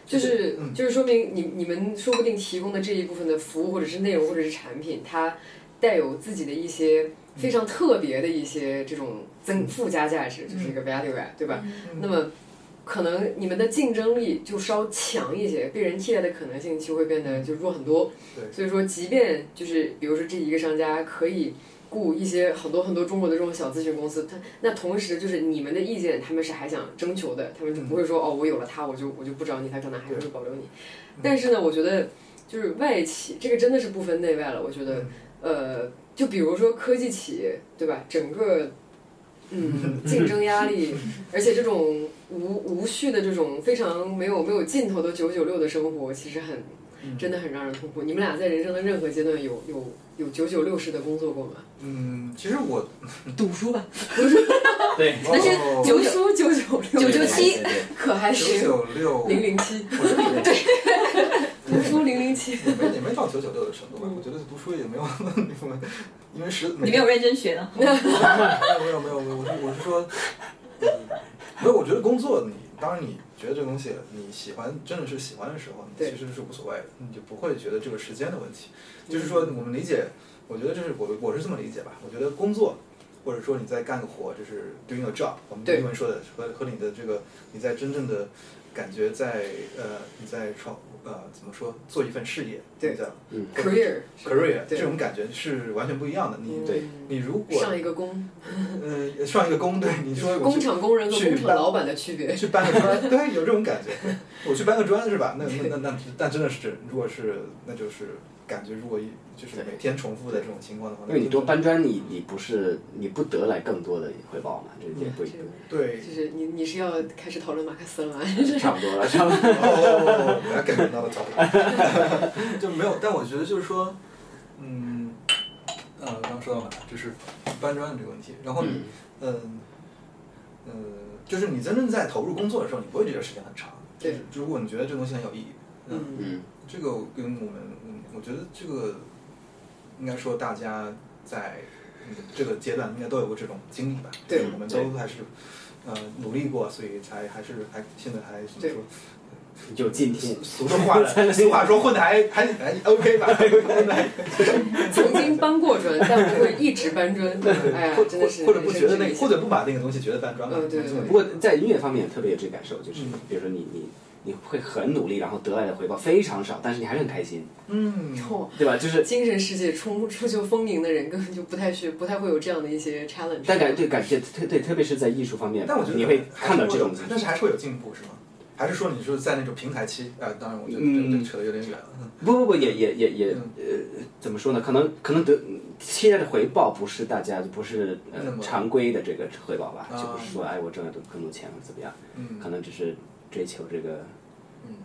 [SPEAKER 1] 就是
[SPEAKER 2] 嗯
[SPEAKER 1] 就是说明你你们说不定提供的这一部分的服务或者是内容或者是产品，它带有自己的一
[SPEAKER 2] 嗯
[SPEAKER 1] 些非常特别的一些这种增附加价值，就是一
[SPEAKER 2] 嗯
[SPEAKER 1] 个 value add，对吧？那么可能你们的竞争力就稍强一些，被人替代的可能性就会变得就弱很多。
[SPEAKER 2] 嗯对
[SPEAKER 1] 所以说，即便就是比如说这一个商家可以雇一些很多很多中国的这种小咨询公司，他那同时就是你们的意见他们是还想征求的，他们就不会说、哦，我有了他我就我就不找你，他可能还是会保留你。但是呢，我觉得就是外企这个真的是不分内外了，我觉得。呃，就比如说科技企业，对吧？整个，嗯，竞争压力，而且这种无无序的这种非常没有没有尽头的九九六的生活，其实很
[SPEAKER 2] 嗯
[SPEAKER 1] 真的很让人痛苦。你们俩在人生的任何阶段有有有九九六式的工作过吗？
[SPEAKER 2] 嗯，其实我
[SPEAKER 5] 赌输吧，
[SPEAKER 3] 对，
[SPEAKER 2] 但
[SPEAKER 1] 是
[SPEAKER 2] 九
[SPEAKER 1] 九九九九六
[SPEAKER 5] 九七
[SPEAKER 3] 对，
[SPEAKER 1] 可还行，
[SPEAKER 2] 九六
[SPEAKER 1] 零零七
[SPEAKER 2] 我觉得也
[SPEAKER 1] 读书零零七，
[SPEAKER 2] 也没也没到九九六的程度吧。
[SPEAKER 1] 嗯
[SPEAKER 2] 我觉得读书也没有你们，因为十
[SPEAKER 5] 你没有认真学呢。
[SPEAKER 2] 哎 没有没有没有，我是我是说，嗯没有，我觉得工作你当然你觉得这个东西你喜欢，真的是喜欢的时候，你
[SPEAKER 1] 对
[SPEAKER 2] 其实是无所谓的，你就不会觉得这个时间的问题。
[SPEAKER 1] 嗯
[SPEAKER 2] 就是说，我们理解，我觉得这是我我是这么理解吧。我觉得工作，或者说你在干个活，就是 doing a job，我们
[SPEAKER 1] 对
[SPEAKER 2] 英文说的和和你的这个你在真正的感觉在呃你在创呃怎么说做一份事业，
[SPEAKER 1] 对
[SPEAKER 2] 你在
[SPEAKER 3] 嗯
[SPEAKER 1] career 对嗯
[SPEAKER 2] career 这种感觉是完全不一样的。你
[SPEAKER 3] 对
[SPEAKER 2] 你如果
[SPEAKER 1] 上一个工
[SPEAKER 2] 嗯，上一个工，对你说我
[SPEAKER 1] 工
[SPEAKER 2] 去
[SPEAKER 1] 厂工人和
[SPEAKER 2] 去
[SPEAKER 1] 工厂
[SPEAKER 2] 搬
[SPEAKER 1] 老板的区别，
[SPEAKER 2] 去搬个砖，对，有这种感觉。我去搬个砖是吧？那那那那那真的是，如果是那就是感觉，如果一就是每天重复的这种情况的话，
[SPEAKER 3] 因为你多搬砖，你你不是你不得来更多的回报嘛，这也不一定，
[SPEAKER 2] 对
[SPEAKER 1] 就是你你是要开始讨论马克思了吗？
[SPEAKER 3] 差不多了，差不多。
[SPEAKER 2] 哦，我要感觉到了头， 就没有。但我觉得就是说，嗯，呃，刚刚说到哪？就是搬砖的这个问题。然后你，嗯，呃，就是你真正在投入工作的时候，你不会觉得时间很长。
[SPEAKER 1] 对
[SPEAKER 2] 就是如果你觉得这个东西很有意义，嗯，
[SPEAKER 1] 嗯
[SPEAKER 3] 嗯，
[SPEAKER 2] 这个跟我们，嗯我觉得这个应该说大家在嗯这个阶段应该都有过这种经历吧。
[SPEAKER 1] 对
[SPEAKER 2] 就是我们
[SPEAKER 3] 对
[SPEAKER 2] 都还是呃努力过，所以才还是还现在还怎么
[SPEAKER 1] 对
[SPEAKER 2] 说？
[SPEAKER 3] 有今天，
[SPEAKER 2] 俗的 话，俗话说混的还还还 OK 吧，混的还
[SPEAKER 1] 曾经搬过砖，但不会一直搬砖。哎呀
[SPEAKER 2] 或，
[SPEAKER 1] 真的是
[SPEAKER 2] 或者不觉得那
[SPEAKER 1] 人
[SPEAKER 2] 个，
[SPEAKER 1] 生
[SPEAKER 2] 或者不把那个东西觉得搬砖了
[SPEAKER 1] 嗯，对对对
[SPEAKER 3] 不过在音乐方面特别有这个感受，就是
[SPEAKER 2] 嗯
[SPEAKER 3] 比如说你你你会很努力，然后得来的回报非常少，但是你还是很开心，
[SPEAKER 2] 嗯，
[SPEAKER 1] 哦，
[SPEAKER 3] 对吧？就是
[SPEAKER 1] 精神世界出出就丰盈的人，根本就不太去，不太会有这样的一些 challenge。
[SPEAKER 3] 但感对感谢特对，特别是在艺术方面，
[SPEAKER 2] 但我觉得
[SPEAKER 3] 你会看到这种
[SPEAKER 2] 还是会有但是还是会有进步是吗？还是说你是在那种平台期？呃，当然，我觉得
[SPEAKER 3] 嗯
[SPEAKER 2] 这这扯得有点远了。嗯
[SPEAKER 3] 不不不，也也也也
[SPEAKER 2] 嗯
[SPEAKER 3] 呃，怎么说呢？可能可能得期待的回报不是大家不是
[SPEAKER 2] 那
[SPEAKER 3] 呃
[SPEAKER 2] 么
[SPEAKER 3] 常规的这个回报吧，
[SPEAKER 2] 啊
[SPEAKER 3] 就不是说哎我挣了更多钱了怎么样，
[SPEAKER 2] 嗯
[SPEAKER 3] 可能只是追求这个呃
[SPEAKER 2] 嗯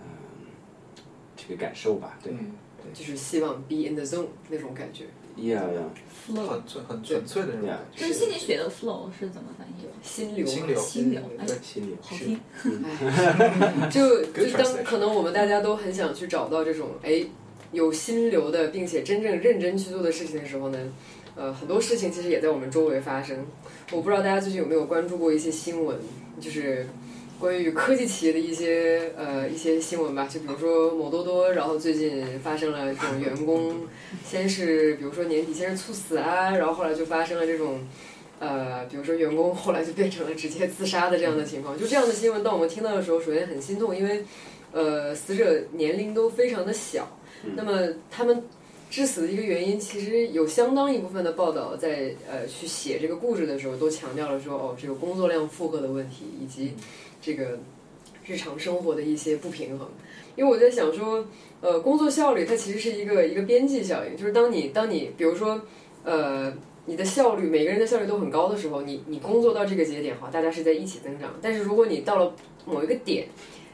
[SPEAKER 3] 这个感受吧，对，
[SPEAKER 2] 嗯，
[SPEAKER 1] 就是希望 be in the zone 那种感觉，
[SPEAKER 3] 呀呀，
[SPEAKER 4] flow，
[SPEAKER 2] 很纯很纯粹的那种感
[SPEAKER 3] 对啊
[SPEAKER 2] 觉。
[SPEAKER 4] 就是心理学的 flow 是怎么翻译的？
[SPEAKER 1] 心流嘛，
[SPEAKER 2] 心流
[SPEAKER 4] 心流哎
[SPEAKER 3] 心里
[SPEAKER 4] 好听，
[SPEAKER 1] 就
[SPEAKER 2] 嗯 Good
[SPEAKER 1] 就当
[SPEAKER 2] translation
[SPEAKER 1] 可能我们大家都很想去找到这种哎有心流的，并且真正认真去做的事情的时候呢，呃，很多事情其实也在我们周围发生。我不知道大家最近有没有关注过一些新闻，就是关于科技企业的一些呃一些新闻吧，就比如说某多多，然后最近发生了这种员工，先是比如说年底先是猝死啊，然后后来就发生了这种。呃，比如说员工后来就变成了直接自杀的这样的情况，就这样的新闻，当我们听到的时候，首先很心痛，因为，呃，死者年龄都非常的小，那么他们致死的一个原因，其实有相当一部分的报道在呃去写这个故事的时候，都强调了说哦，这个工作量负荷的问题，以及这个日常生活的一些不平衡。因为我在想说，呃，工作效率它其实是一个一个边际效应，就是当你当你比如说，呃，你的效率每个人的效率都很高的时候，你你工作到这个节点好，大家是在一起增长。但是如果你到了某一个点，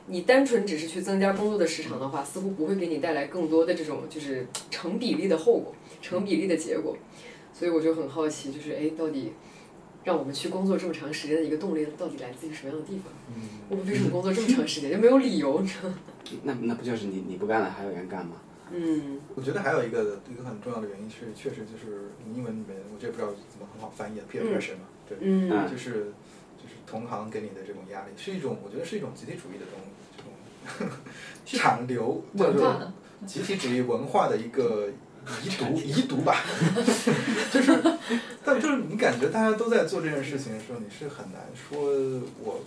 [SPEAKER 1] 你单纯只是去增加工作的时长的话，似乎不会给你带来更多的这种就是成比例的后果、成比例的结果。所以我就很好奇，就是哎，到底让我们去工作这么长时间的一个动力，到底来自于什么样的地方？
[SPEAKER 2] 嗯，
[SPEAKER 1] 我们为什么工作这么长时间就没有理由？你知道吗
[SPEAKER 3] 那那不就是你你不干了还有人干吗？
[SPEAKER 1] 嗯，
[SPEAKER 2] 我觉得还有一个一个很重要的原因是，确实就是英文里面，我这也不知道怎么很好翻译，peer
[SPEAKER 1] 嗯
[SPEAKER 2] pressure 嘛，对，
[SPEAKER 1] 嗯，
[SPEAKER 2] 就是就是同行给你的这种压力，是一种我觉得是一种集体主义的东这种 产流，叫
[SPEAKER 4] 文化
[SPEAKER 2] 做
[SPEAKER 4] 的，
[SPEAKER 2] 集体主义文化的一个遗毒遗毒吧， 就是，但就是你感觉大家都在做这件事情的时候，你是很难说我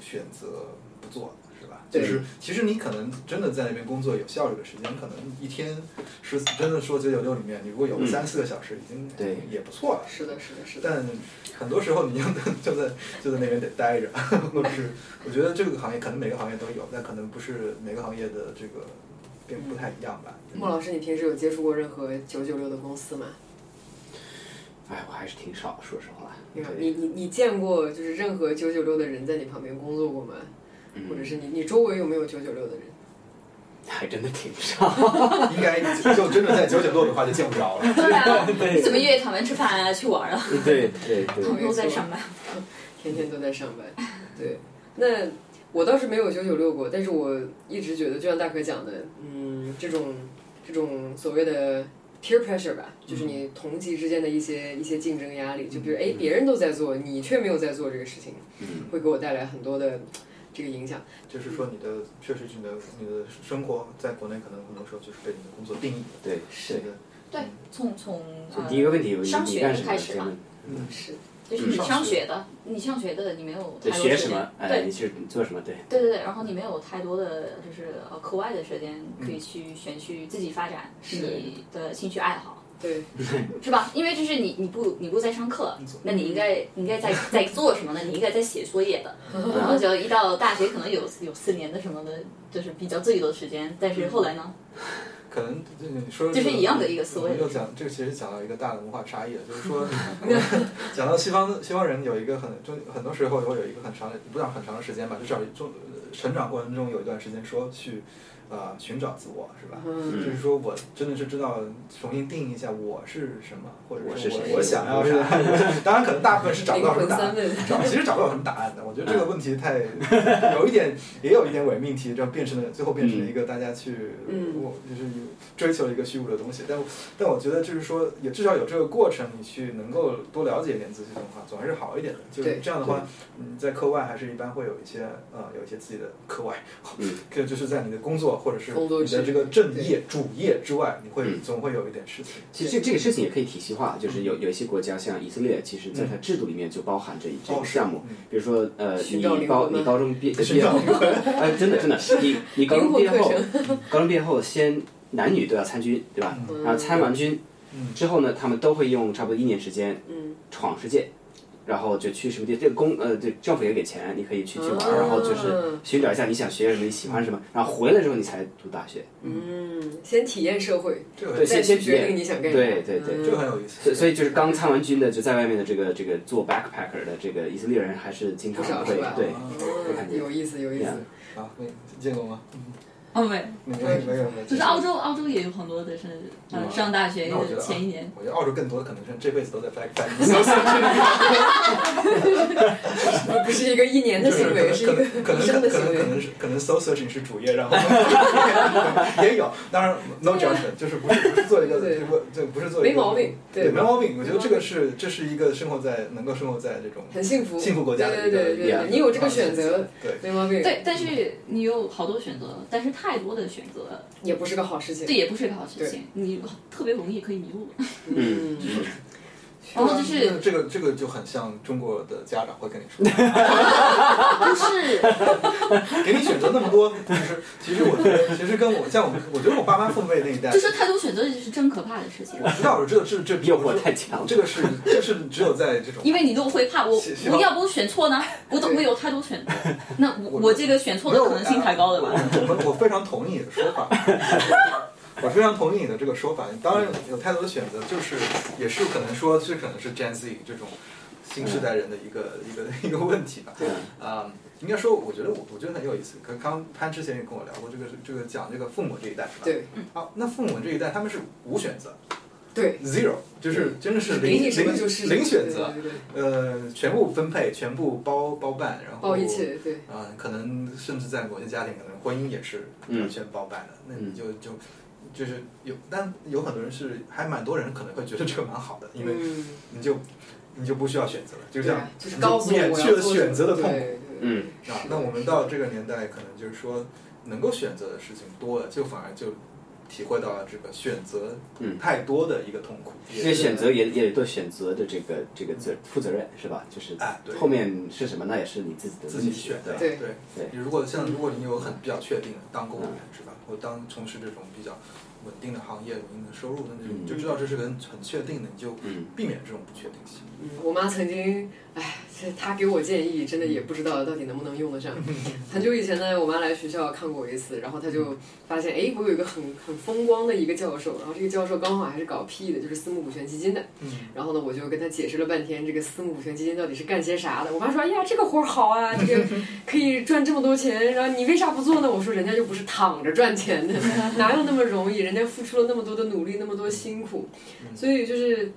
[SPEAKER 2] 选择不做，是吧？
[SPEAKER 1] 对
[SPEAKER 2] 就是其实你可能真的在那边工作有效率的时间，可能一天是真的说九九六里面，你如果有
[SPEAKER 3] 嗯
[SPEAKER 2] 三四个小时，已经
[SPEAKER 3] 对
[SPEAKER 2] 也不错了。
[SPEAKER 1] 是的，是的，是的，
[SPEAKER 2] 但很多时候你就就在就在那边得待着， 或者是我觉得这个行业可能每个行业都有，但可能不是每个行业的这个并不太一样吧。
[SPEAKER 1] 莫老师，你平时有接触过任何九九六的公司吗？
[SPEAKER 3] 哎，我还是挺少，说实话。
[SPEAKER 1] 你看
[SPEAKER 3] 对
[SPEAKER 1] 啊你你你见过就是任何九九六的人在你旁边工作过吗？
[SPEAKER 2] 嗯
[SPEAKER 1] 或者是你你周围有没有九九六的人？
[SPEAKER 3] 还真的挺少。
[SPEAKER 2] 应该就就真的在九九六的话就见不着了。
[SPEAKER 4] 对啊， 你怎么约他们吃饭啊、去玩啊？
[SPEAKER 3] 对对对
[SPEAKER 4] 他，们都在啊上班。
[SPEAKER 1] 天天都在上班。对，那我倒是没有九九六过，但是我一直觉得，就像大可讲的，嗯，这种这种所谓的 peer pressure 吧，就是
[SPEAKER 2] 嗯
[SPEAKER 1] 你同级之间的一些一些竞争压力，就比如哎，别人都在做，你却没有在做这个事情，
[SPEAKER 3] 嗯
[SPEAKER 1] 会给我带来很多的这个影响。
[SPEAKER 2] 就是说你的确实是你的你的生活在国内可能很多时候就是被你的工作定义的。
[SPEAKER 3] 对
[SPEAKER 2] 这
[SPEAKER 3] 是。
[SPEAKER 2] 个
[SPEAKER 4] 对，从从
[SPEAKER 3] 所以
[SPEAKER 4] 呃
[SPEAKER 3] 第一个问题，
[SPEAKER 4] 商
[SPEAKER 3] 你
[SPEAKER 4] 学
[SPEAKER 3] 干什么？
[SPEAKER 4] 开始
[SPEAKER 3] 这
[SPEAKER 4] 嘛
[SPEAKER 3] 样
[SPEAKER 1] 是，
[SPEAKER 4] 就是你上学的，你上学的你没有
[SPEAKER 3] 对
[SPEAKER 4] 太多
[SPEAKER 3] 学
[SPEAKER 4] 时
[SPEAKER 3] 什
[SPEAKER 4] 间
[SPEAKER 3] 么？，哎，
[SPEAKER 4] 对
[SPEAKER 3] 你是你做什么？对，
[SPEAKER 4] 对对对，然后你没有太多的就是呃课外的时间可以去选去自己发展你的兴趣爱好。
[SPEAKER 1] 对，
[SPEAKER 4] 是吧？因为就是你，你不，你不在上课
[SPEAKER 2] 做，
[SPEAKER 4] 那你应该，你应该在在做什么呢？你应该在写作业的。然后就一到大学，可能有有四年的什么的，就是比较自由的时间。但是后来呢，
[SPEAKER 2] 可能就是你说
[SPEAKER 4] 就是一样的一个思维
[SPEAKER 2] 我们又讲这个，其实讲到一个大的文化差异了，就是说讲到西方西方人有一个很就很多时候会有一个很长的不讲很长的时间吧，至少中成长过程中有一段时间说去呃寻找自我是吧？
[SPEAKER 1] 嗯
[SPEAKER 2] 就是说我真的是知道重新定义一下我是什么，或者
[SPEAKER 3] 我
[SPEAKER 2] 是
[SPEAKER 3] 是谁
[SPEAKER 2] 我我想要啥。 当然，可能大部分是找不
[SPEAKER 1] 灵
[SPEAKER 2] 到什
[SPEAKER 1] 魂
[SPEAKER 2] 么答案
[SPEAKER 1] 三。问。
[SPEAKER 2] 找其实找不到什么答案的。我觉得这个问题太有一点，也有一点伪命题，这样变成了最后变成了一个大家去，
[SPEAKER 1] 嗯
[SPEAKER 2] 我就是追求一个虚无的东西。但但我觉得就是说，也至少有这个过程，你去能够多了解一点自己的话，总还是好一点的。就是
[SPEAKER 1] 对
[SPEAKER 2] 这样的话，你在课外还是一般会有一些呃有一些自己的课外，
[SPEAKER 3] 嗯
[SPEAKER 2] 这就是在你的工作或者是
[SPEAKER 1] 工作
[SPEAKER 2] 你的
[SPEAKER 1] 之
[SPEAKER 2] 这个正业主业之外，你会
[SPEAKER 3] 嗯
[SPEAKER 2] 总会有一点事情。
[SPEAKER 3] 其实这这个事情也可以体系化，就是有有一些国家，像以色列，其实在它制度里面就包含这一这
[SPEAKER 2] 哦
[SPEAKER 3] 个
[SPEAKER 2] 是
[SPEAKER 3] 项目
[SPEAKER 2] 嗯。
[SPEAKER 3] 比如说，呃，
[SPEAKER 1] 寻
[SPEAKER 3] 你
[SPEAKER 1] 找灵
[SPEAKER 3] 高
[SPEAKER 1] 魂吗
[SPEAKER 3] 你高中毕毕业后， 哎，真的真的，你你高中毕业后， 高中毕业后先男女都要参军，对吧？然后参完军
[SPEAKER 2] 嗯
[SPEAKER 3] 之后呢，他们都会用差不多一年时间
[SPEAKER 1] 嗯
[SPEAKER 3] 闯世界，然后就去什么地，这个公呃，对，政府也给钱，你可以去去玩
[SPEAKER 1] 啊
[SPEAKER 3] 儿，然后就是寻找一下你想学什么，你喜欢什么，然后回来之后你才读大学。
[SPEAKER 1] 嗯，先体验社会，
[SPEAKER 2] 这个很
[SPEAKER 3] 对，
[SPEAKER 1] 再
[SPEAKER 3] 先
[SPEAKER 1] 去
[SPEAKER 3] 先体
[SPEAKER 1] 决
[SPEAKER 3] 验
[SPEAKER 1] 定你想干啥。嗯
[SPEAKER 3] 对对对，
[SPEAKER 2] 这个很有意思。
[SPEAKER 3] 所以所以就是刚参完军的，就在外面的这个这个做 backpacker 的这个以色列人，还是经常
[SPEAKER 1] 不少
[SPEAKER 3] 会
[SPEAKER 1] 是吧
[SPEAKER 3] 对。
[SPEAKER 1] 嗯，有意思，有意思。
[SPEAKER 2] 啊，没见过吗？嗯
[SPEAKER 5] 哦，没，
[SPEAKER 2] 没没没有没有。
[SPEAKER 5] 就是澳洲，澳洲也有很多的是，
[SPEAKER 2] 嗯
[SPEAKER 5] 呃，上大学
[SPEAKER 2] 那我觉得啊
[SPEAKER 5] 前一年，
[SPEAKER 2] 我觉得澳洲更多的可能是这辈子都在 back back，
[SPEAKER 1] 不不是一个一年的行为，是一
[SPEAKER 2] 可
[SPEAKER 1] 个
[SPEAKER 2] 能可
[SPEAKER 1] 一
[SPEAKER 2] 能
[SPEAKER 1] 生的
[SPEAKER 2] 可能可
[SPEAKER 1] 行
[SPEAKER 2] 能可
[SPEAKER 1] 为。
[SPEAKER 2] 能是可能 soul searching 是主业，然后 也有，当然 no judgment，就是不是不是做一个
[SPEAKER 1] 对
[SPEAKER 2] 就就不是做一
[SPEAKER 1] 没
[SPEAKER 2] 个
[SPEAKER 1] 毛病对
[SPEAKER 2] 对没毛病，我觉得这个是这是一个生活在能够生活在这种
[SPEAKER 1] 很幸福，
[SPEAKER 2] 幸福国家的
[SPEAKER 1] 对
[SPEAKER 2] 一个
[SPEAKER 1] 对对
[SPEAKER 2] 一
[SPEAKER 1] 对
[SPEAKER 2] 个
[SPEAKER 1] 对，你有这个选择，
[SPEAKER 2] 对。
[SPEAKER 1] 没毛病。，
[SPEAKER 5] 对，但是你有好多选择，但是太多的选择，
[SPEAKER 1] 也不是个好事情。
[SPEAKER 5] 这也不是个好事情，你特别容易可以迷路。
[SPEAKER 1] 嗯，
[SPEAKER 5] 然后就是
[SPEAKER 2] 啊这个这个就很像中国的家长会跟你说，
[SPEAKER 5] 不是，
[SPEAKER 2] 给你选择那么多，就是其实我觉得，其实跟我像我们，我觉得我爸妈父辈那一代，
[SPEAKER 5] 就是太多选择是真可怕的事情，
[SPEAKER 2] 我知道，我知道这这
[SPEAKER 3] 诱惑太强了
[SPEAKER 2] 这个是这是只有在这种
[SPEAKER 5] 因为你都会怕我
[SPEAKER 2] 希希，望
[SPEAKER 5] 我要不选错呢，我都
[SPEAKER 1] 对
[SPEAKER 5] 我有太多选择，那我
[SPEAKER 2] 我啊
[SPEAKER 5] 我这个选错的可能性太高了吧？
[SPEAKER 2] 我们我非常同意你的说法， 我非常同意你的这个说法。当然有太多的选择，就是也是可能说是可能是 Gen Z 这种新时代人的一个、一个一个问题吧。
[SPEAKER 3] 嗯
[SPEAKER 2] 啊、应该说，我觉得我我觉得很有意思。可刚潘之前也跟我聊过这个这个讲这个父母这一代是吧？。
[SPEAKER 1] 对
[SPEAKER 2] 啊，那父母这一代他们是无选择
[SPEAKER 1] 对，
[SPEAKER 2] ，zero，就是真的是
[SPEAKER 1] 给
[SPEAKER 2] 嗯零
[SPEAKER 1] 你什么
[SPEAKER 2] 零
[SPEAKER 1] 就是
[SPEAKER 2] 零选择，
[SPEAKER 1] 对对对
[SPEAKER 2] 呃，全部分配，全部包包办，然后
[SPEAKER 1] 抱一起，对，
[SPEAKER 2] 啊、可能甚至在某些家庭，可能婚姻也是
[SPEAKER 3] 嗯
[SPEAKER 2] 完全包办的。那你
[SPEAKER 3] 嗯
[SPEAKER 2] 就就就是有，但有很多人是，还蛮多人可能会觉得这个蛮好的，因为
[SPEAKER 1] 嗯，
[SPEAKER 2] 你就你就不需要选择了，就
[SPEAKER 1] 对
[SPEAKER 2] 这
[SPEAKER 1] 啊
[SPEAKER 2] 样，
[SPEAKER 1] 就是告诉我
[SPEAKER 2] 免
[SPEAKER 1] 我
[SPEAKER 2] 去
[SPEAKER 1] 要
[SPEAKER 2] 了
[SPEAKER 1] 做
[SPEAKER 2] 选择的痛苦。啊
[SPEAKER 1] 对对
[SPEAKER 3] 嗯，
[SPEAKER 2] 啊，那我们到这个年代，可能就是说能够选择的事情多了，就反而就体会到了这个选择
[SPEAKER 3] 嗯
[SPEAKER 2] 太多的一个痛苦。也
[SPEAKER 3] 这个
[SPEAKER 2] 是
[SPEAKER 3] 选择也也得对选择的这个这个责负责任是吧？就是
[SPEAKER 2] 哎对
[SPEAKER 3] 后面是什么，那也是你自己的
[SPEAKER 2] 自己选的，
[SPEAKER 3] 的。
[SPEAKER 2] 对
[SPEAKER 1] 对
[SPEAKER 3] 对嗯
[SPEAKER 2] 你如果像如果你有很比较确定的当公务员是吧，或当从事这种比较稳定的行业、稳定的收入，那你就知道这是个很很确定的，你就
[SPEAKER 3] 嗯
[SPEAKER 2] 避免这种不确定性。
[SPEAKER 1] 嗯我妈曾经，哎，这她给我建议，真的也不知道到底能不能用得上。 很久以前呢，我妈来学校看过我一次，然后她就发现，哎，我有一个很很风光的一个教授，然后这个教授刚好还是搞 PE 的，就是私募股权基金的。
[SPEAKER 2] 嗯，
[SPEAKER 1] 然后呢，我就跟她解释了半天，这个私募股权基金到底是干些啥的。我妈说，哎呀，这个活儿好啊，这个可以赚这么多钱，然后你为啥不做呢？我说，人家又不是躺着赚钱的， 哪有那么容易？人家付出了那么多的努力，那么多辛苦，所以就是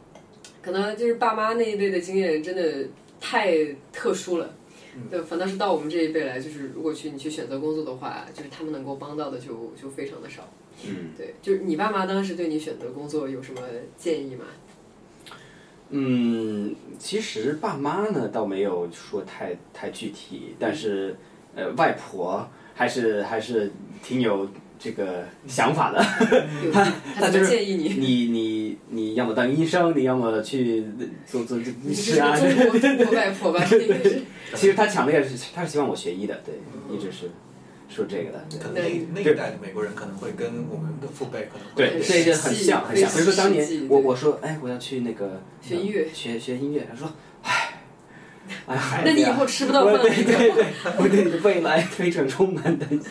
[SPEAKER 1] 可能就是爸妈那一辈的经验真的太特殊了。对，反倒是到我们这一辈来，就是如果去你去选择工作的话，就是他们能够帮到的就就非常的少。
[SPEAKER 3] 嗯
[SPEAKER 1] 对，就是你爸妈当时对你选择工作有什么建议吗？
[SPEAKER 3] 嗯，其实爸妈呢倒没有说太太具体，但是呃，外婆还是还是挺有这个想法的。
[SPEAKER 1] 有他
[SPEAKER 3] 那
[SPEAKER 1] 怎
[SPEAKER 3] 就
[SPEAKER 1] 么
[SPEAKER 3] 是
[SPEAKER 1] 建议你？
[SPEAKER 3] 你你你要么当医生，你要么去做做律
[SPEAKER 1] 你这
[SPEAKER 3] 师
[SPEAKER 1] 是
[SPEAKER 3] 啊
[SPEAKER 1] 个。 中国中国外婆吧？这应该是
[SPEAKER 3] 其实他强烈是，他是希望我学医的，对，一直是说这个的。对
[SPEAKER 2] 可能那那一代的美国人可能会跟我们的父辈可能会
[SPEAKER 3] 对，所以就很像，很像。比如说当年
[SPEAKER 1] 实际
[SPEAKER 3] 我
[SPEAKER 1] 对
[SPEAKER 3] 我说，哎，我要去那个
[SPEAKER 1] 学音乐
[SPEAKER 3] 学学音乐。他说，哎，哎，孩子
[SPEAKER 1] 那你以
[SPEAKER 3] 呀
[SPEAKER 1] 后吃不到
[SPEAKER 3] 我
[SPEAKER 1] 饭
[SPEAKER 3] 对对对，我对你的未来非常充满担心。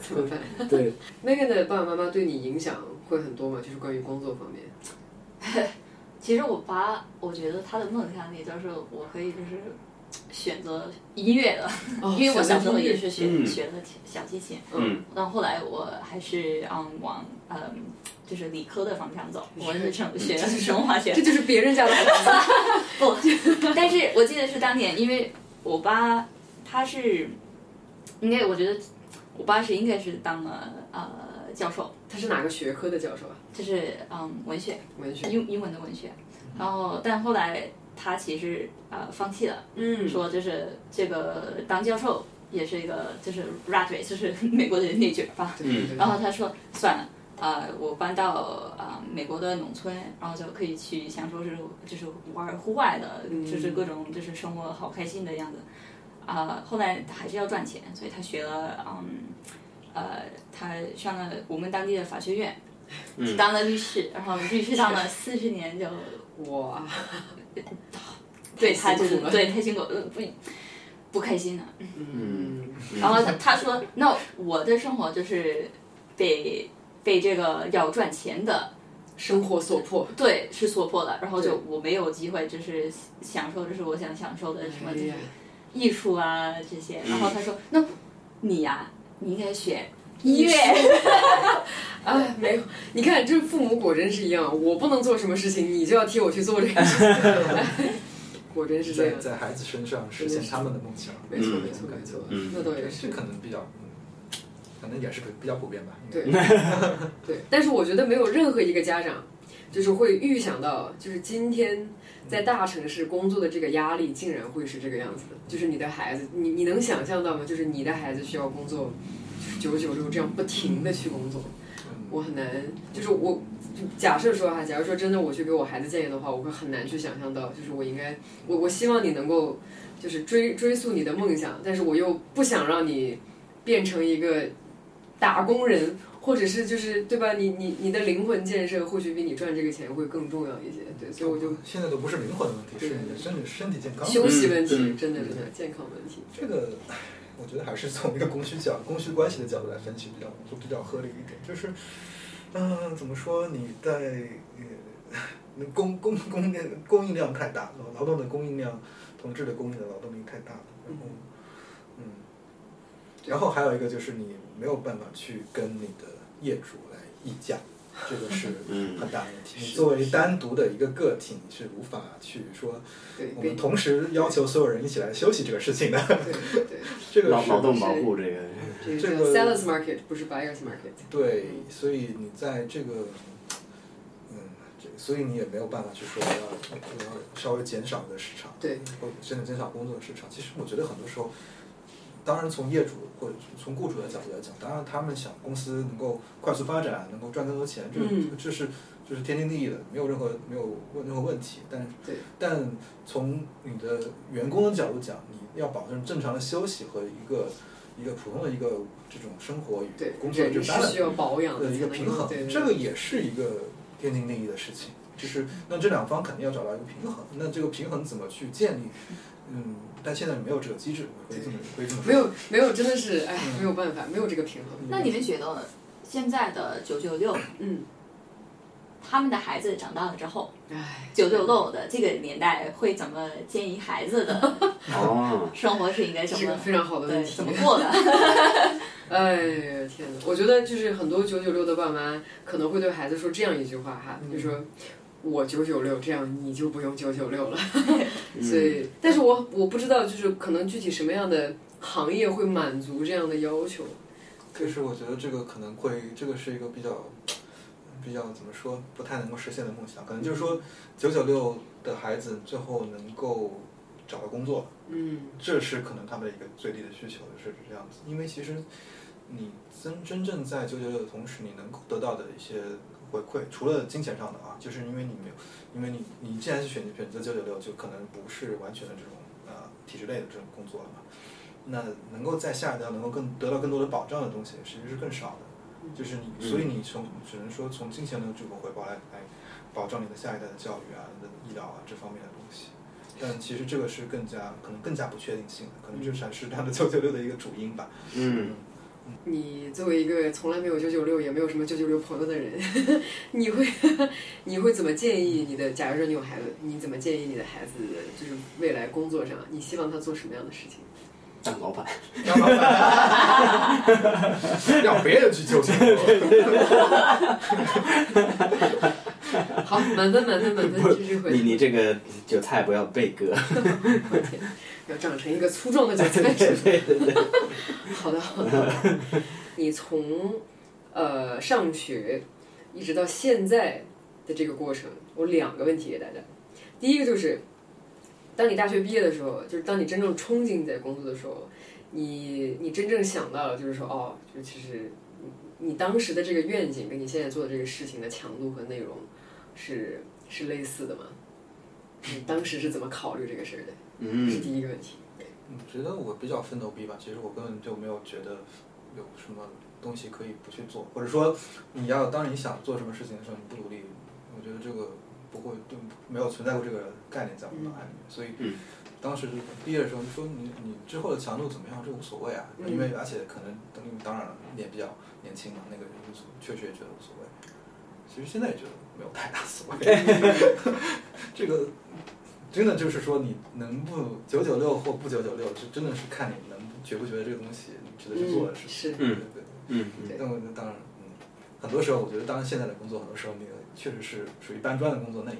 [SPEAKER 1] 怎么办
[SPEAKER 3] 对，
[SPEAKER 1] ？Megan 的爸爸妈妈对你影响会很多吗？就是关于工作方面。
[SPEAKER 4] 其实我爸，我觉得他的梦想里就是我可以就是选择音乐的，
[SPEAKER 1] 哦
[SPEAKER 4] 因为我小时候也是
[SPEAKER 3] 选择音
[SPEAKER 4] 学
[SPEAKER 3] 乐
[SPEAKER 4] 学的小提琴，
[SPEAKER 3] 嗯，
[SPEAKER 4] 但后来我还是嗯往嗯就是理科的方向走，我是生学生物化学
[SPEAKER 1] 这，就是别人家的孩子。
[SPEAKER 4] 不，但是我记得是当年，因为我爸他是应该，我觉得我爸是应该是当了呃教授，
[SPEAKER 1] 他是哪个学科的教授啊？
[SPEAKER 4] 就是嗯文学
[SPEAKER 1] 文学。
[SPEAKER 4] 英英文的文学，然后但后来他其实呃放弃了，
[SPEAKER 1] 嗯，
[SPEAKER 4] 说就是这个当教授也是一个就是 rat race，就是美国的内卷吧。
[SPEAKER 1] 对对对。
[SPEAKER 4] 然后哦他说算了。啊、我搬到啊、呃美国的农村，然后就可以去享受这种就是玩儿户外的，就是各种就是生活好开心的样子。啊、后来还是要赚钱，所以他学了嗯呃，他上了我们当地的法学院，
[SPEAKER 1] 嗯
[SPEAKER 4] 当了律师，然后律师 当了四十年就
[SPEAKER 1] 哇，
[SPEAKER 4] 对他就
[SPEAKER 1] 辛
[SPEAKER 4] 是
[SPEAKER 1] 苦了
[SPEAKER 4] 对太辛苦了，呃不不开心了。
[SPEAKER 1] 嗯，
[SPEAKER 4] 然后他他说，那我的生活就是被被这个要赚钱的
[SPEAKER 1] 生活所迫。
[SPEAKER 4] 对是所迫的，然后就
[SPEAKER 1] 对
[SPEAKER 4] 我没有机会就是享受，就是我想享受的什么
[SPEAKER 1] 哎
[SPEAKER 4] 就是
[SPEAKER 1] 呀
[SPEAKER 4] 艺术啊这些。然后他说，那你呀、你应该学音
[SPEAKER 1] 艺
[SPEAKER 4] 乐
[SPEAKER 1] 术。 哎，没有，你看这父母果真是一样，啊我不能做什么事情，你就要替我去做这个事情，果真是这
[SPEAKER 2] 在
[SPEAKER 1] 样。
[SPEAKER 2] 在孩子身上实现他们的梦想。
[SPEAKER 1] 没错，
[SPEAKER 3] 嗯
[SPEAKER 1] 没错，没错，
[SPEAKER 3] 嗯
[SPEAKER 1] 那倒也
[SPEAKER 2] 对，
[SPEAKER 1] 是
[SPEAKER 2] 这。可能比较，嗯可能也是比较普遍吧。嗯
[SPEAKER 1] 对，对，但是我觉得没有任何一个家长，就是会预想到，就是今天在大城市工作的这个压力，竟然会是这个样子的。就是你的孩子，你你能想象到吗？就是你的孩子需要工作，就是九九六这样不停的去工作，我很难，就是我。就假设说哈，假如说真的我去给我孩子建议的话，我会很难去想象到，就是我应该，我我希望你能够，就是追追溯你的梦想，但是我又不想让你变成一个打工人，或者是就是对吧？你你你的灵魂建设或许比你赚这个钱会更重要一些，对，所以我就
[SPEAKER 2] 现在都不是灵魂的问题，
[SPEAKER 1] 对
[SPEAKER 2] 是你的身体身体健康。
[SPEAKER 1] 休息问题，
[SPEAKER 3] 嗯
[SPEAKER 1] 真的真的健康问题，
[SPEAKER 2] 这个，唉我觉得还是从一个供需角、供需关系的角度来分析比较就比较合理一点。就是，嗯、怎么说？你在呃，那供供供应供应量太大，劳劳动的供应量，同质的供应的劳动力太大了。然后，嗯，然后还有一个就是你没有办法去跟你的业主来议价，这个是
[SPEAKER 3] 嗯
[SPEAKER 2] 很大的问题。你作为单独的一个个体，你是无法去说
[SPEAKER 1] 对，
[SPEAKER 2] 我
[SPEAKER 1] 给
[SPEAKER 2] 们同时要求所有人一起来休息这个事情的。
[SPEAKER 1] 对对对，
[SPEAKER 2] 这个
[SPEAKER 3] 嗯劳
[SPEAKER 2] 是
[SPEAKER 3] 劳动保护这个，
[SPEAKER 1] 这
[SPEAKER 2] 这
[SPEAKER 1] 个
[SPEAKER 2] 个
[SPEAKER 1] 叫 sellers market 不是 buyers market，
[SPEAKER 2] 对，所以你在这个，嗯，这所以你也没有办法去说我要我要稍微减少我的市场，
[SPEAKER 1] 对，
[SPEAKER 2] 或者甚至减少工作的市场。其实我觉得很多时候，当然从业主或者从雇主的角度来讲，当然他们想公司能够快速发展，能够赚更多钱，这
[SPEAKER 1] 嗯
[SPEAKER 2] 这是这是天经地义的，没有任何没有问任何问题。但
[SPEAKER 1] 对
[SPEAKER 2] 但从你的员工的角度讲，你要保证正常的休息和一个一个普通的一个这种生活与
[SPEAKER 1] 对，
[SPEAKER 2] 工作的这
[SPEAKER 1] 人
[SPEAKER 2] 种
[SPEAKER 1] 是
[SPEAKER 2] balance
[SPEAKER 1] 需要保养的
[SPEAKER 2] 的
[SPEAKER 1] 才
[SPEAKER 2] 一个
[SPEAKER 1] 能
[SPEAKER 2] 平衡
[SPEAKER 1] 对对，对
[SPEAKER 2] 这个也是一个天经地义的事情。就是那这两方肯定要找到一个平衡，那这个平衡怎么去建立？嗯，但现在没有这个机制，我会这么会这么说。
[SPEAKER 1] 没有没有，真的是哎，
[SPEAKER 2] 嗯
[SPEAKER 1] 没有办法，没有这个平衡。
[SPEAKER 4] 那你们觉得现在的九九六，
[SPEAKER 1] 嗯，
[SPEAKER 4] 他们的孩子长大了之后，
[SPEAKER 1] 哎，
[SPEAKER 4] 九九六的这个年代会怎么建议孩子的
[SPEAKER 3] 哦，
[SPEAKER 4] 生活是应该怎
[SPEAKER 1] 是个
[SPEAKER 4] 么
[SPEAKER 1] 非常好的问
[SPEAKER 4] 对
[SPEAKER 1] 题。
[SPEAKER 4] 怎么过 的？
[SPEAKER 1] 哎天哪！我觉得就是很多九九六的爸妈可能会对孩子说这样一句话哈，
[SPEAKER 2] 嗯
[SPEAKER 1] 就说我九九六，这样你就不用九九 六了。
[SPEAKER 3] 嗯
[SPEAKER 1] 所以，但是我我不知道，就是可能具体什么样的行业会满足这样的要求。
[SPEAKER 2] 就是我觉得这个可能会，这个是一个比较，比较怎么说，不太能够实现的梦想。可能就是说，九九六的孩子最后能够找到工作，
[SPEAKER 1] 嗯，
[SPEAKER 2] 这是可能他们的一个最低的需求，是这样子。因为其实你真真正在九九六的同时，你能够得到的一些回馈，除了金钱上的啊，就是因为你没有，因为你你既然是选选择九九六，就可能不是完全的这种呃体制类的这种工作了嘛。那能够在下一代能够更得到更多的保障的东西，其实是更少的。就是你，
[SPEAKER 3] 嗯
[SPEAKER 2] 所以你从只能说从金钱的这个回报来来保障你的下一代的教育啊、你的医疗啊这方面的东西。但其实这个是更加可能更加不确定性的，可能这才是他的九九六的一个主因吧。
[SPEAKER 3] 嗯，
[SPEAKER 1] 你作为一个从来没有九九六，也没有什么九九六朋友的人，你会你会怎么建议你的？假如说你有孩子，你怎么建议你的孩子就是未来工作上，你希望他做什么样的事情？
[SPEAKER 3] 当老板，
[SPEAKER 2] 当老板， 让别人去纠结。
[SPEAKER 1] 好，满分满分满分，这是
[SPEAKER 3] 你
[SPEAKER 1] 回
[SPEAKER 3] 你这个韭菜不要被割，
[SPEAKER 1] 要长成一个粗壮的韭菜是吧？好的好的，你从呃上学一直到现在的这个过程，我两个问题给大家。第一个就是，当你大学毕业的时候，就是当你真正憧憬你在工作的时候，你你真正想到了，就是说哦，就其实你你当时的这个愿景跟你现在做的这个事情的强度和内容是是类似的吗？你当时是怎么考虑这个事儿的？是
[SPEAKER 3] 嗯
[SPEAKER 1] 第一个问题。
[SPEAKER 2] 我嗯觉得我比较奋斗逼吧，其实我根本就没有觉得有什么东西可以不去做，或者说你要当你想做什么事情的时候，你不努力，我觉得这个不会就没有存在过这个概念在我脑海里面，所以
[SPEAKER 3] 嗯
[SPEAKER 2] 当时毕业的时候，你说你你之后的强度怎么样，这无所谓啊，
[SPEAKER 1] 嗯
[SPEAKER 2] 因为而且可能等你当然了，你也比较年轻嘛，那个无所确实也觉得无所谓，其实现在也觉得没有太大所谓， 这个真的就是说，你能不九九六或不九九六，就真的是看你能不觉不觉得这个东西值得去做的事情。
[SPEAKER 3] 嗯是
[SPEAKER 2] 对对
[SPEAKER 3] 嗯，
[SPEAKER 2] 对。那我觉得当然，嗯，很多时候我觉得，当然现在的工嗯作，很多时候那个确实是属于搬砖的工作，那你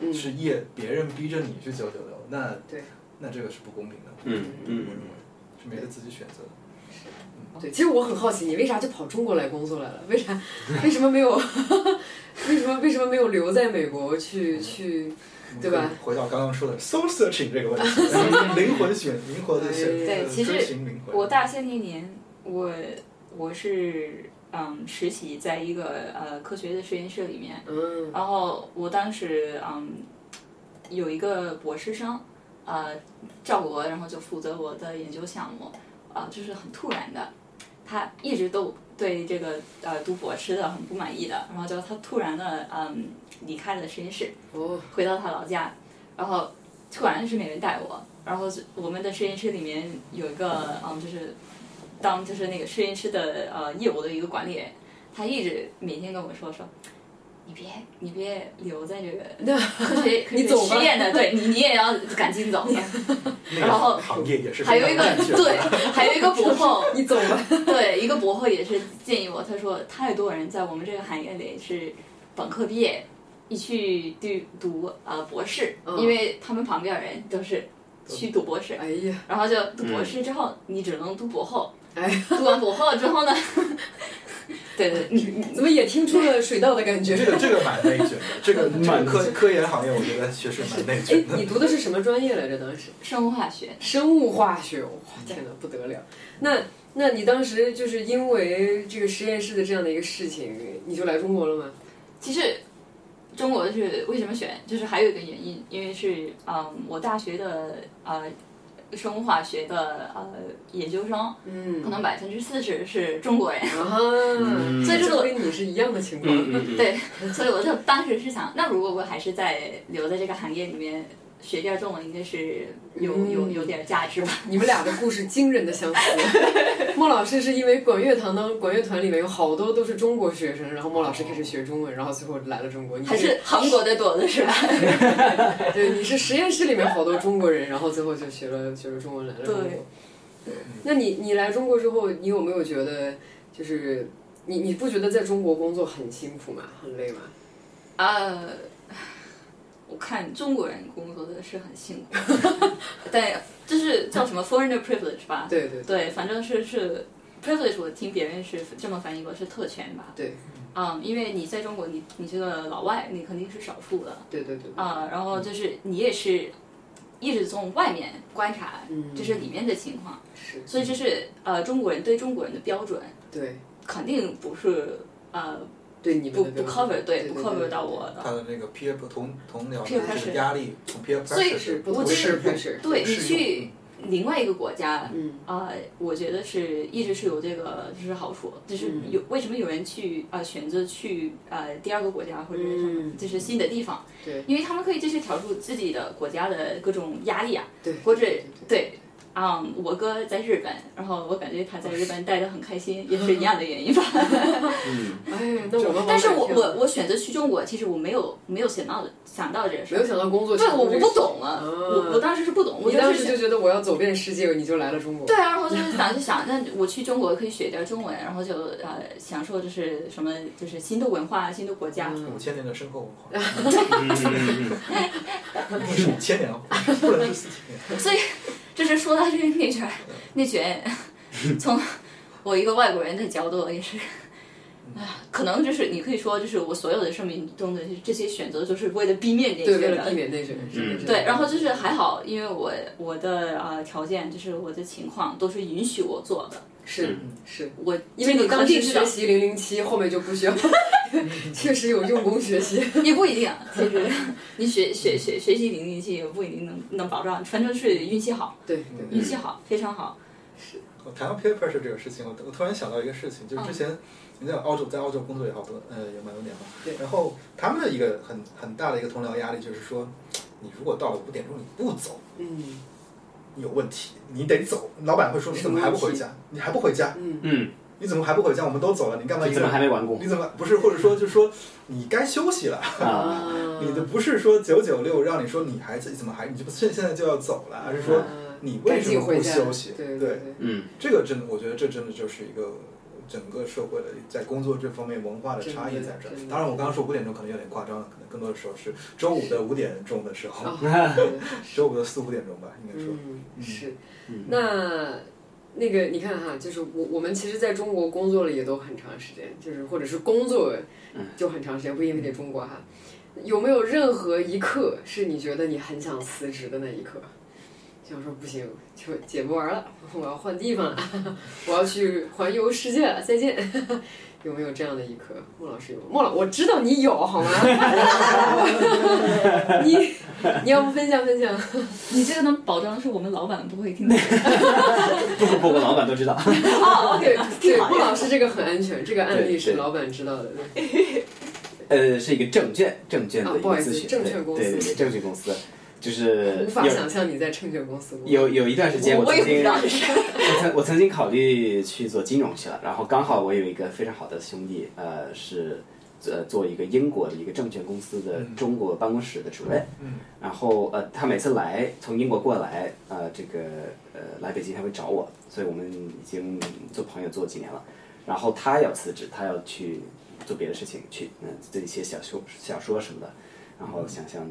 [SPEAKER 1] 嗯
[SPEAKER 2] 你是业别人逼着你去九九六，那
[SPEAKER 1] 对
[SPEAKER 2] 那这个是不公平的。
[SPEAKER 3] 嗯
[SPEAKER 2] 我
[SPEAKER 3] 嗯
[SPEAKER 2] 认为是没得自己选择的。
[SPEAKER 1] 对，其实我很好奇，你为啥就跑中国来工作来了？为啥？ 为什么没有？为什么为什么没有留在美国
[SPEAKER 2] 嗯
[SPEAKER 1] 去去？对吧？
[SPEAKER 2] 回到刚刚说的 soul searching 这个问 题，灵魂选灵魂的选，
[SPEAKER 1] 哎
[SPEAKER 4] 对其实
[SPEAKER 2] 追寻灵魂。
[SPEAKER 4] 我大学那年，我我是嗯实习在一个呃科学的实验室里面，
[SPEAKER 1] 嗯
[SPEAKER 4] 然后我当时嗯有一个博士生，呃，赵国，然后就负责我的研究项目，啊、就是很突然的，他一直都对这个呃读博士的很不满意的，然后就他突然的嗯离开了实验室，
[SPEAKER 1] 哦
[SPEAKER 4] 回到他老家，然后突然是没人带我，然后是我们的实验室里面有一个嗯，就是当就是那个实验室的呃业务的一个管理人，他一直每天跟我说说。你别，你别留在 这个科学科
[SPEAKER 1] 你
[SPEAKER 4] 学
[SPEAKER 1] 走吧
[SPEAKER 4] 实验的，对你你也要赶 紧走。
[SPEAKER 2] 那
[SPEAKER 4] 然后
[SPEAKER 2] 个行业也是
[SPEAKER 4] 还有
[SPEAKER 2] 非
[SPEAKER 4] 一
[SPEAKER 2] 常
[SPEAKER 4] 个
[SPEAKER 2] 难选
[SPEAKER 4] 对，还有一个 博后，
[SPEAKER 1] 你走吧。
[SPEAKER 4] 对，一个博后也是建议我，他说太多人在我们这个行业里是本科毕业，一去读读呃博士，
[SPEAKER 1] 嗯
[SPEAKER 4] 因为他们旁边人都是去读博士，
[SPEAKER 1] 哎呀，
[SPEAKER 4] 然后就读博士之后，你只能读博后，
[SPEAKER 1] 哎，
[SPEAKER 4] 读完博后之后呢，对对，你你
[SPEAKER 1] 怎么也听出了水稻的感觉？
[SPEAKER 2] 这个这个蛮内卷的，这个这
[SPEAKER 3] 蛮
[SPEAKER 2] 个科科研行业，我觉得学术蛮内
[SPEAKER 1] 哎
[SPEAKER 2] 卷，
[SPEAKER 1] 你
[SPEAKER 2] 的。
[SPEAKER 1] 读的是什么专业来着？当时
[SPEAKER 4] 生物化学，
[SPEAKER 1] 生物化学，哇，天哪，不得了！那那你当时就是因为这个实验室的这样的一个事情，你就来中国了吗？
[SPEAKER 4] 其实中国是为什么选，就是还有一个原因，因为是嗯，我大学的呃生物化学的呃研究生，
[SPEAKER 1] 嗯
[SPEAKER 4] 可能百分之四十是中国人，
[SPEAKER 1] 啊，
[SPEAKER 2] 嗯
[SPEAKER 4] 所以这
[SPEAKER 1] 就
[SPEAKER 4] 个
[SPEAKER 1] 跟你是一样的情况。
[SPEAKER 3] 嗯嗯嗯，
[SPEAKER 4] 对， 所以我就当时是想，那如果我还是在留在这个行业里面学点中文，应该是有有有点价值吧。
[SPEAKER 1] 嗯你们俩的故事惊人的相 似。莫老师是因为管乐堂当管乐团里面有好多都是中国学生，然后莫老师开始学中文，然后最后来了中国。你
[SPEAKER 4] 还是韩国的多的是吧？
[SPEAKER 1] 对，你是实验室里面好多中国人，然后最后就学了学了中文来了中国。
[SPEAKER 4] 对
[SPEAKER 1] 那你你来中国之后，你有没有觉得就是你你不觉得在中国工作很辛苦吗？很累吗？
[SPEAKER 4] 呃，我看中国人工作的是很辛苦，但就是叫什么 foreigner privilege 吧？
[SPEAKER 1] 对对对，
[SPEAKER 4] 对，反正是是 privilege，我听别人是这么翻译过，是特权吧？
[SPEAKER 1] 对，
[SPEAKER 4] 嗯，因为你在中国，你你这个老外，你肯定是少数的
[SPEAKER 1] 对对对。
[SPEAKER 4] 啊、然后就是你也是一直从外面观察，
[SPEAKER 1] 嗯
[SPEAKER 4] 这是里面的情况，
[SPEAKER 1] 是，
[SPEAKER 4] 所以这是呃中国人对中国人的标准，
[SPEAKER 1] 对
[SPEAKER 4] 肯定不是呃
[SPEAKER 1] 对你们
[SPEAKER 4] 不
[SPEAKER 1] 的
[SPEAKER 4] 不
[SPEAKER 1] 标准
[SPEAKER 4] cover
[SPEAKER 1] 对
[SPEAKER 4] 不 cover 到我
[SPEAKER 2] 他
[SPEAKER 4] 的，
[SPEAKER 2] 的那个 peer 同同僚
[SPEAKER 4] Peer
[SPEAKER 2] 的这
[SPEAKER 4] pressure
[SPEAKER 2] 个压力，从 peer
[SPEAKER 4] 所以
[SPEAKER 2] pressure
[SPEAKER 1] 是不
[SPEAKER 4] 我
[SPEAKER 1] 同
[SPEAKER 4] 觉
[SPEAKER 1] 事
[SPEAKER 4] 得
[SPEAKER 1] 不是，
[SPEAKER 4] 对
[SPEAKER 2] 适用
[SPEAKER 4] 你去另外一个国家，
[SPEAKER 1] 嗯
[SPEAKER 4] 啊、我觉得是一直是有这个就是好处，就是
[SPEAKER 1] 嗯
[SPEAKER 4] 有、为什么有人去啊、呃选择去呃第二个国家或者是什么
[SPEAKER 1] 嗯，
[SPEAKER 4] 就是新的地方，
[SPEAKER 1] 对
[SPEAKER 4] 因为他们可以就是调出自己的国家的各种压力啊，
[SPEAKER 1] 对，
[SPEAKER 4] 或者对。啊、我哥在日本，然后我感觉他在日本待得很 开心，也是一样的原因吧。
[SPEAKER 1] 哎，那我们
[SPEAKER 4] 但是
[SPEAKER 1] 往哪
[SPEAKER 4] 我
[SPEAKER 1] 跳
[SPEAKER 4] 我我选择去中国，其实我没有没有想到想到这个事
[SPEAKER 1] 没
[SPEAKER 4] 儿
[SPEAKER 1] 有，想到工作
[SPEAKER 4] 对，
[SPEAKER 1] 强
[SPEAKER 4] 我
[SPEAKER 1] 度这
[SPEAKER 4] 我
[SPEAKER 1] 个
[SPEAKER 4] 不
[SPEAKER 1] 事
[SPEAKER 4] 懂啊，我我当时是不懂，我
[SPEAKER 1] 你当时
[SPEAKER 4] 是
[SPEAKER 1] 就觉得我要走遍世界，你就来了中国。
[SPEAKER 4] 对啊，然后就是想就想，那我去中国可以学点中文，然后就呃享受就是什么就是新的文化、新的国家。
[SPEAKER 2] 五
[SPEAKER 1] 嗯
[SPEAKER 2] 千年的深厚文 化，不是五千年啊，不能是四千年。
[SPEAKER 4] 所以就是说到这个内卷，
[SPEAKER 1] 嗯
[SPEAKER 4] 内卷，从我一个外国人的角度也是，
[SPEAKER 1] 嗯
[SPEAKER 4] 啊，可能就是你可以说就是我所有的生命中的这些选择，就是为了避免内
[SPEAKER 1] 对，
[SPEAKER 4] 卷
[SPEAKER 1] 为了
[SPEAKER 4] 的
[SPEAKER 1] 避。免内卷。
[SPEAKER 2] 嗯
[SPEAKER 1] 是的是的
[SPEAKER 4] 对，然后就是还好，因为我我的呃条件就是我的情况都是允许我做的，
[SPEAKER 1] 是
[SPEAKER 2] 嗯
[SPEAKER 1] 是，
[SPEAKER 4] 我
[SPEAKER 1] 因为你当
[SPEAKER 4] 这
[SPEAKER 1] 时
[SPEAKER 4] 个知道
[SPEAKER 1] 学习零零七，后面就不需 要，确实有用功学习。
[SPEAKER 4] 也不一定，其实你学学学学习零零七也不一定能能保障，反正是运气好，
[SPEAKER 1] 对对对
[SPEAKER 4] 运气好，非常好。
[SPEAKER 2] 我谈到 peer pressure 这个事情，我我突然想到一个事情，就是
[SPEAKER 4] 嗯
[SPEAKER 2] 之前你在澳洲，在澳洲工作也好多，呃，也蛮多年了。
[SPEAKER 1] 对
[SPEAKER 2] 然后他们的一个很很大的一个同僚压力就是说，你如果到了五点钟你不走，
[SPEAKER 1] 嗯
[SPEAKER 2] 你有问题，你得走。老板会说你怎么还不回家？你还不回家？
[SPEAKER 1] 嗯，
[SPEAKER 3] 嗯，
[SPEAKER 2] 你怎么还不回家？我们都走了，你干嘛
[SPEAKER 3] 你
[SPEAKER 2] 一个
[SPEAKER 3] 怎么还
[SPEAKER 2] 人？
[SPEAKER 3] 没完工
[SPEAKER 2] 你怎么不是？或者说就是说你该休息了。
[SPEAKER 1] 嗯
[SPEAKER 3] 啊？
[SPEAKER 2] 你的不是说九九六让你说你还自己怎么还你这不现现在就要走
[SPEAKER 1] 嗯
[SPEAKER 2] 了，而是说你为什么不休息？
[SPEAKER 1] 对
[SPEAKER 2] 对
[SPEAKER 1] 对，
[SPEAKER 3] 嗯，
[SPEAKER 2] 这个真的，我觉得这真的就是一个整个社会的在工作这方面文化的差异在这儿
[SPEAKER 1] 真的真。的
[SPEAKER 2] 当然，我刚刚说五点钟可能有点夸张了，可能更多的时候是周五的五点钟的时候，
[SPEAKER 1] 啊对
[SPEAKER 2] 周五的四五点钟吧，应该说。
[SPEAKER 1] 嗯，是，那那个你看哈，就是我我们其实在中国工作了也都很长时间，就是或者是工作
[SPEAKER 2] 嗯
[SPEAKER 1] 就很长时间，不一定非得中国哈。有没有任何一刻是你觉得你很想辞职的那一刻？想说不行，就姐不玩了，我要换地方了， 我要去环游世界了，再见。 有没有这样的一刻？莫老师有吗，莫老，我知道你有好吗？ 你你要不分享分享？
[SPEAKER 5] 你这个能保证是我们老板不会听 到？
[SPEAKER 3] 不不不，我老板都知道。
[SPEAKER 1] 对对，顾老师这个很安全，这个案例是
[SPEAKER 3] 对对
[SPEAKER 1] 老板知道的。对
[SPEAKER 3] 呃，是一个证券证券的一
[SPEAKER 1] 啊不
[SPEAKER 3] 个
[SPEAKER 1] 好意思
[SPEAKER 3] 咨询，
[SPEAKER 1] 证券公司
[SPEAKER 3] 对对对，证券公司，就是
[SPEAKER 1] 无法
[SPEAKER 3] 有
[SPEAKER 1] 想象你在证券公司工作。
[SPEAKER 3] 有有一段时间
[SPEAKER 4] 我
[SPEAKER 3] 曾
[SPEAKER 4] 也不
[SPEAKER 3] 经
[SPEAKER 4] 知道这是
[SPEAKER 3] 我曾我曾经考虑去做金融去了，然后刚好我有一个非常好的兄弟，呃，是呃做一个英国的一个证券公司的中国办公室的主任，嗯，然后呃他每次来从英国过来，呃这个呃来北京他会找我，所以我们已经做朋友做几年了，然后他要辞职，他要去做别的事情，去嗯自己写小说小说什么的，然后想想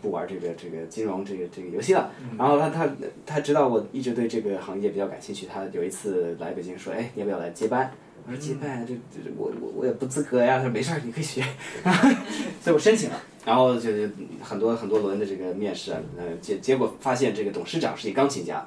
[SPEAKER 3] 不玩这个这个金融这个这个游戏了。
[SPEAKER 1] 嗯
[SPEAKER 3] 然后他他他知道我一直对这个行业比较感兴趣，他有一次来北京说，哎，你要不要来接班？
[SPEAKER 1] 嗯
[SPEAKER 3] 我说结拜，这这我我我也不资格呀。他说没事儿，你可 以学。所以我申请了，然后就是很多很多轮的这个面试啊，呃结结果发现这个董事长是一钢琴家，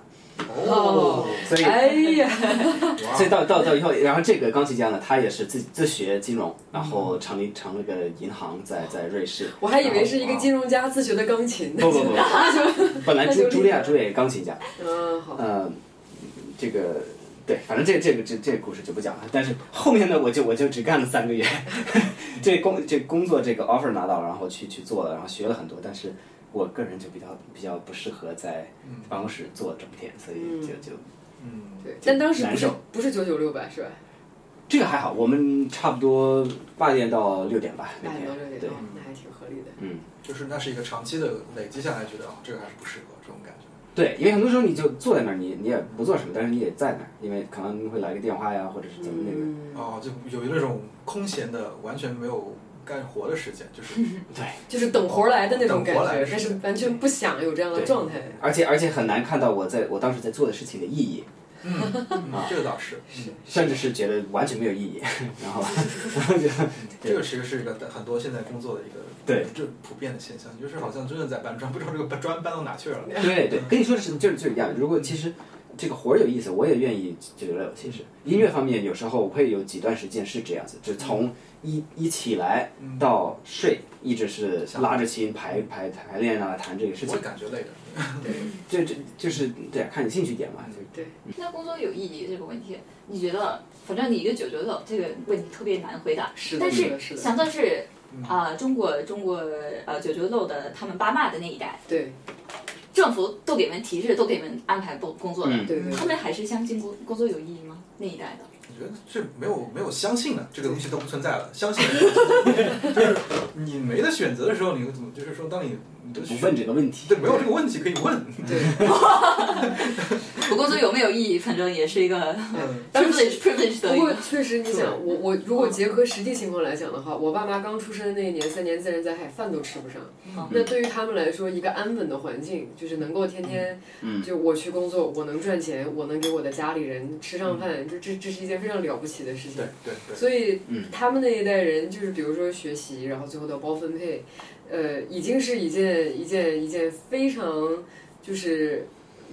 [SPEAKER 2] 哦，
[SPEAKER 3] 所以
[SPEAKER 1] 嗯哎呀，
[SPEAKER 2] 哇
[SPEAKER 3] 所以到到到以后，然后这个钢琴家呢，他也是自自学金融，然后成立成了个银行在在瑞士。
[SPEAKER 1] 我还以为是一个金融家自学的钢琴呢。
[SPEAKER 3] 哦不不不，本来
[SPEAKER 1] 那
[SPEAKER 3] 朱
[SPEAKER 1] 就
[SPEAKER 3] 朱莉亚朱莉亚也钢琴家，
[SPEAKER 1] 嗯，好，
[SPEAKER 3] 呃，这个对，反正这个这个这这个故事就不讲了。但是后面呢，我就我就只干了三个月， 这工这工作这个 offer 拿到，然后去去做了，然后学了很多，但是我个人就比较比较不适合在办公室坐整天，所以就就
[SPEAKER 2] 嗯，
[SPEAKER 1] 对，但当时不是
[SPEAKER 3] 难受
[SPEAKER 1] 不是九九六吧，是吧？
[SPEAKER 3] 这个还好，我们差不多八点到六点吧，每
[SPEAKER 1] 八点
[SPEAKER 3] 天
[SPEAKER 1] 到六点
[SPEAKER 3] 对
[SPEAKER 1] 钟，，哦那还挺合理的。
[SPEAKER 3] 嗯。
[SPEAKER 2] 就是那是一个长期的累积下来，觉得哦，这个还是不适合这种感觉。
[SPEAKER 3] 对，因为很多时候你就坐在那儿，你你也不做什么，但是你也在那儿，因为可能会来个电话呀，或者是怎么那个。
[SPEAKER 1] 嗯，
[SPEAKER 2] 哦，就有那种空闲的，完全没有干活的时间，就是
[SPEAKER 3] 对，
[SPEAKER 1] 就是等活儿来的那种感
[SPEAKER 2] 等活儿来
[SPEAKER 1] 觉，
[SPEAKER 2] 是
[SPEAKER 1] 但是完全不想有这样的
[SPEAKER 3] 对
[SPEAKER 1] 状态。
[SPEAKER 3] 而且而且很难看到我在我当时在做的事情的意义，
[SPEAKER 2] 嗯，嗯这个倒是，嗯，
[SPEAKER 3] 甚至是觉得完全没有意义。 然后，
[SPEAKER 2] 这个其实是一个很多现在工作的一个
[SPEAKER 3] 对
[SPEAKER 2] 这普遍的现象，就是好像真的在搬砖，不知道这个搬砖搬到哪去了。
[SPEAKER 3] 对对，跟你说的是就是就是一样。如果其实这个活儿有意思，我也愿意就留了。其实音乐方面，有时候我会有几段时间是这样子，就从一一起来到睡，一直是拉着琴排排排练啊，谈这个事
[SPEAKER 2] 嗯我
[SPEAKER 3] 情
[SPEAKER 2] 也，感觉累的，
[SPEAKER 3] 就这就是对啊，看你兴趣点嘛。就
[SPEAKER 4] 那工作有意义这个问题，你觉得？反正你一个九九六这个问题特别难回答，
[SPEAKER 1] 是的
[SPEAKER 4] 但
[SPEAKER 1] 是的是的嗯
[SPEAKER 4] 想算是啊、中国中国呃九九六的他们爸妈的那一代，
[SPEAKER 1] 对
[SPEAKER 4] 政府都给你们提示，都给你们安排工工作的，
[SPEAKER 3] 嗯
[SPEAKER 1] 对对，
[SPEAKER 4] 他们还是相信工工作有意义吗？那一代的，
[SPEAKER 2] 我觉得是没有没有相信的，这个东西都不存在了。相信的东西 就是你没得选择的时候，你怎么就是说，当你你的
[SPEAKER 3] 不
[SPEAKER 2] 选
[SPEAKER 3] 问这个问题
[SPEAKER 2] 对，没有这个问题可以问，
[SPEAKER 4] 我工作有没有意义，反正也是一个
[SPEAKER 2] 嗯，
[SPEAKER 4] privilege privilege 的
[SPEAKER 1] 不
[SPEAKER 4] 一
[SPEAKER 1] 过
[SPEAKER 4] 个。
[SPEAKER 1] 确实，你想我我如果结合实际情况来讲的话，我爸妈刚出生的那一年，三年自然灾害，饭都吃不上。
[SPEAKER 3] 嗯
[SPEAKER 1] 那对于他们来说，一个安稳的环境，就是能够天天，
[SPEAKER 3] 嗯
[SPEAKER 1] 就我去工作，我能赚钱，我能给我的家里人吃
[SPEAKER 3] 嗯
[SPEAKER 1] 上饭，这这这是一件非常了不起的事情
[SPEAKER 2] 对。对对，
[SPEAKER 3] 啊
[SPEAKER 1] 所以
[SPEAKER 3] 嗯
[SPEAKER 1] 他们那一代人，就是比如说学习，然后最后到包分配，呃，已经是一件一件一件非常就是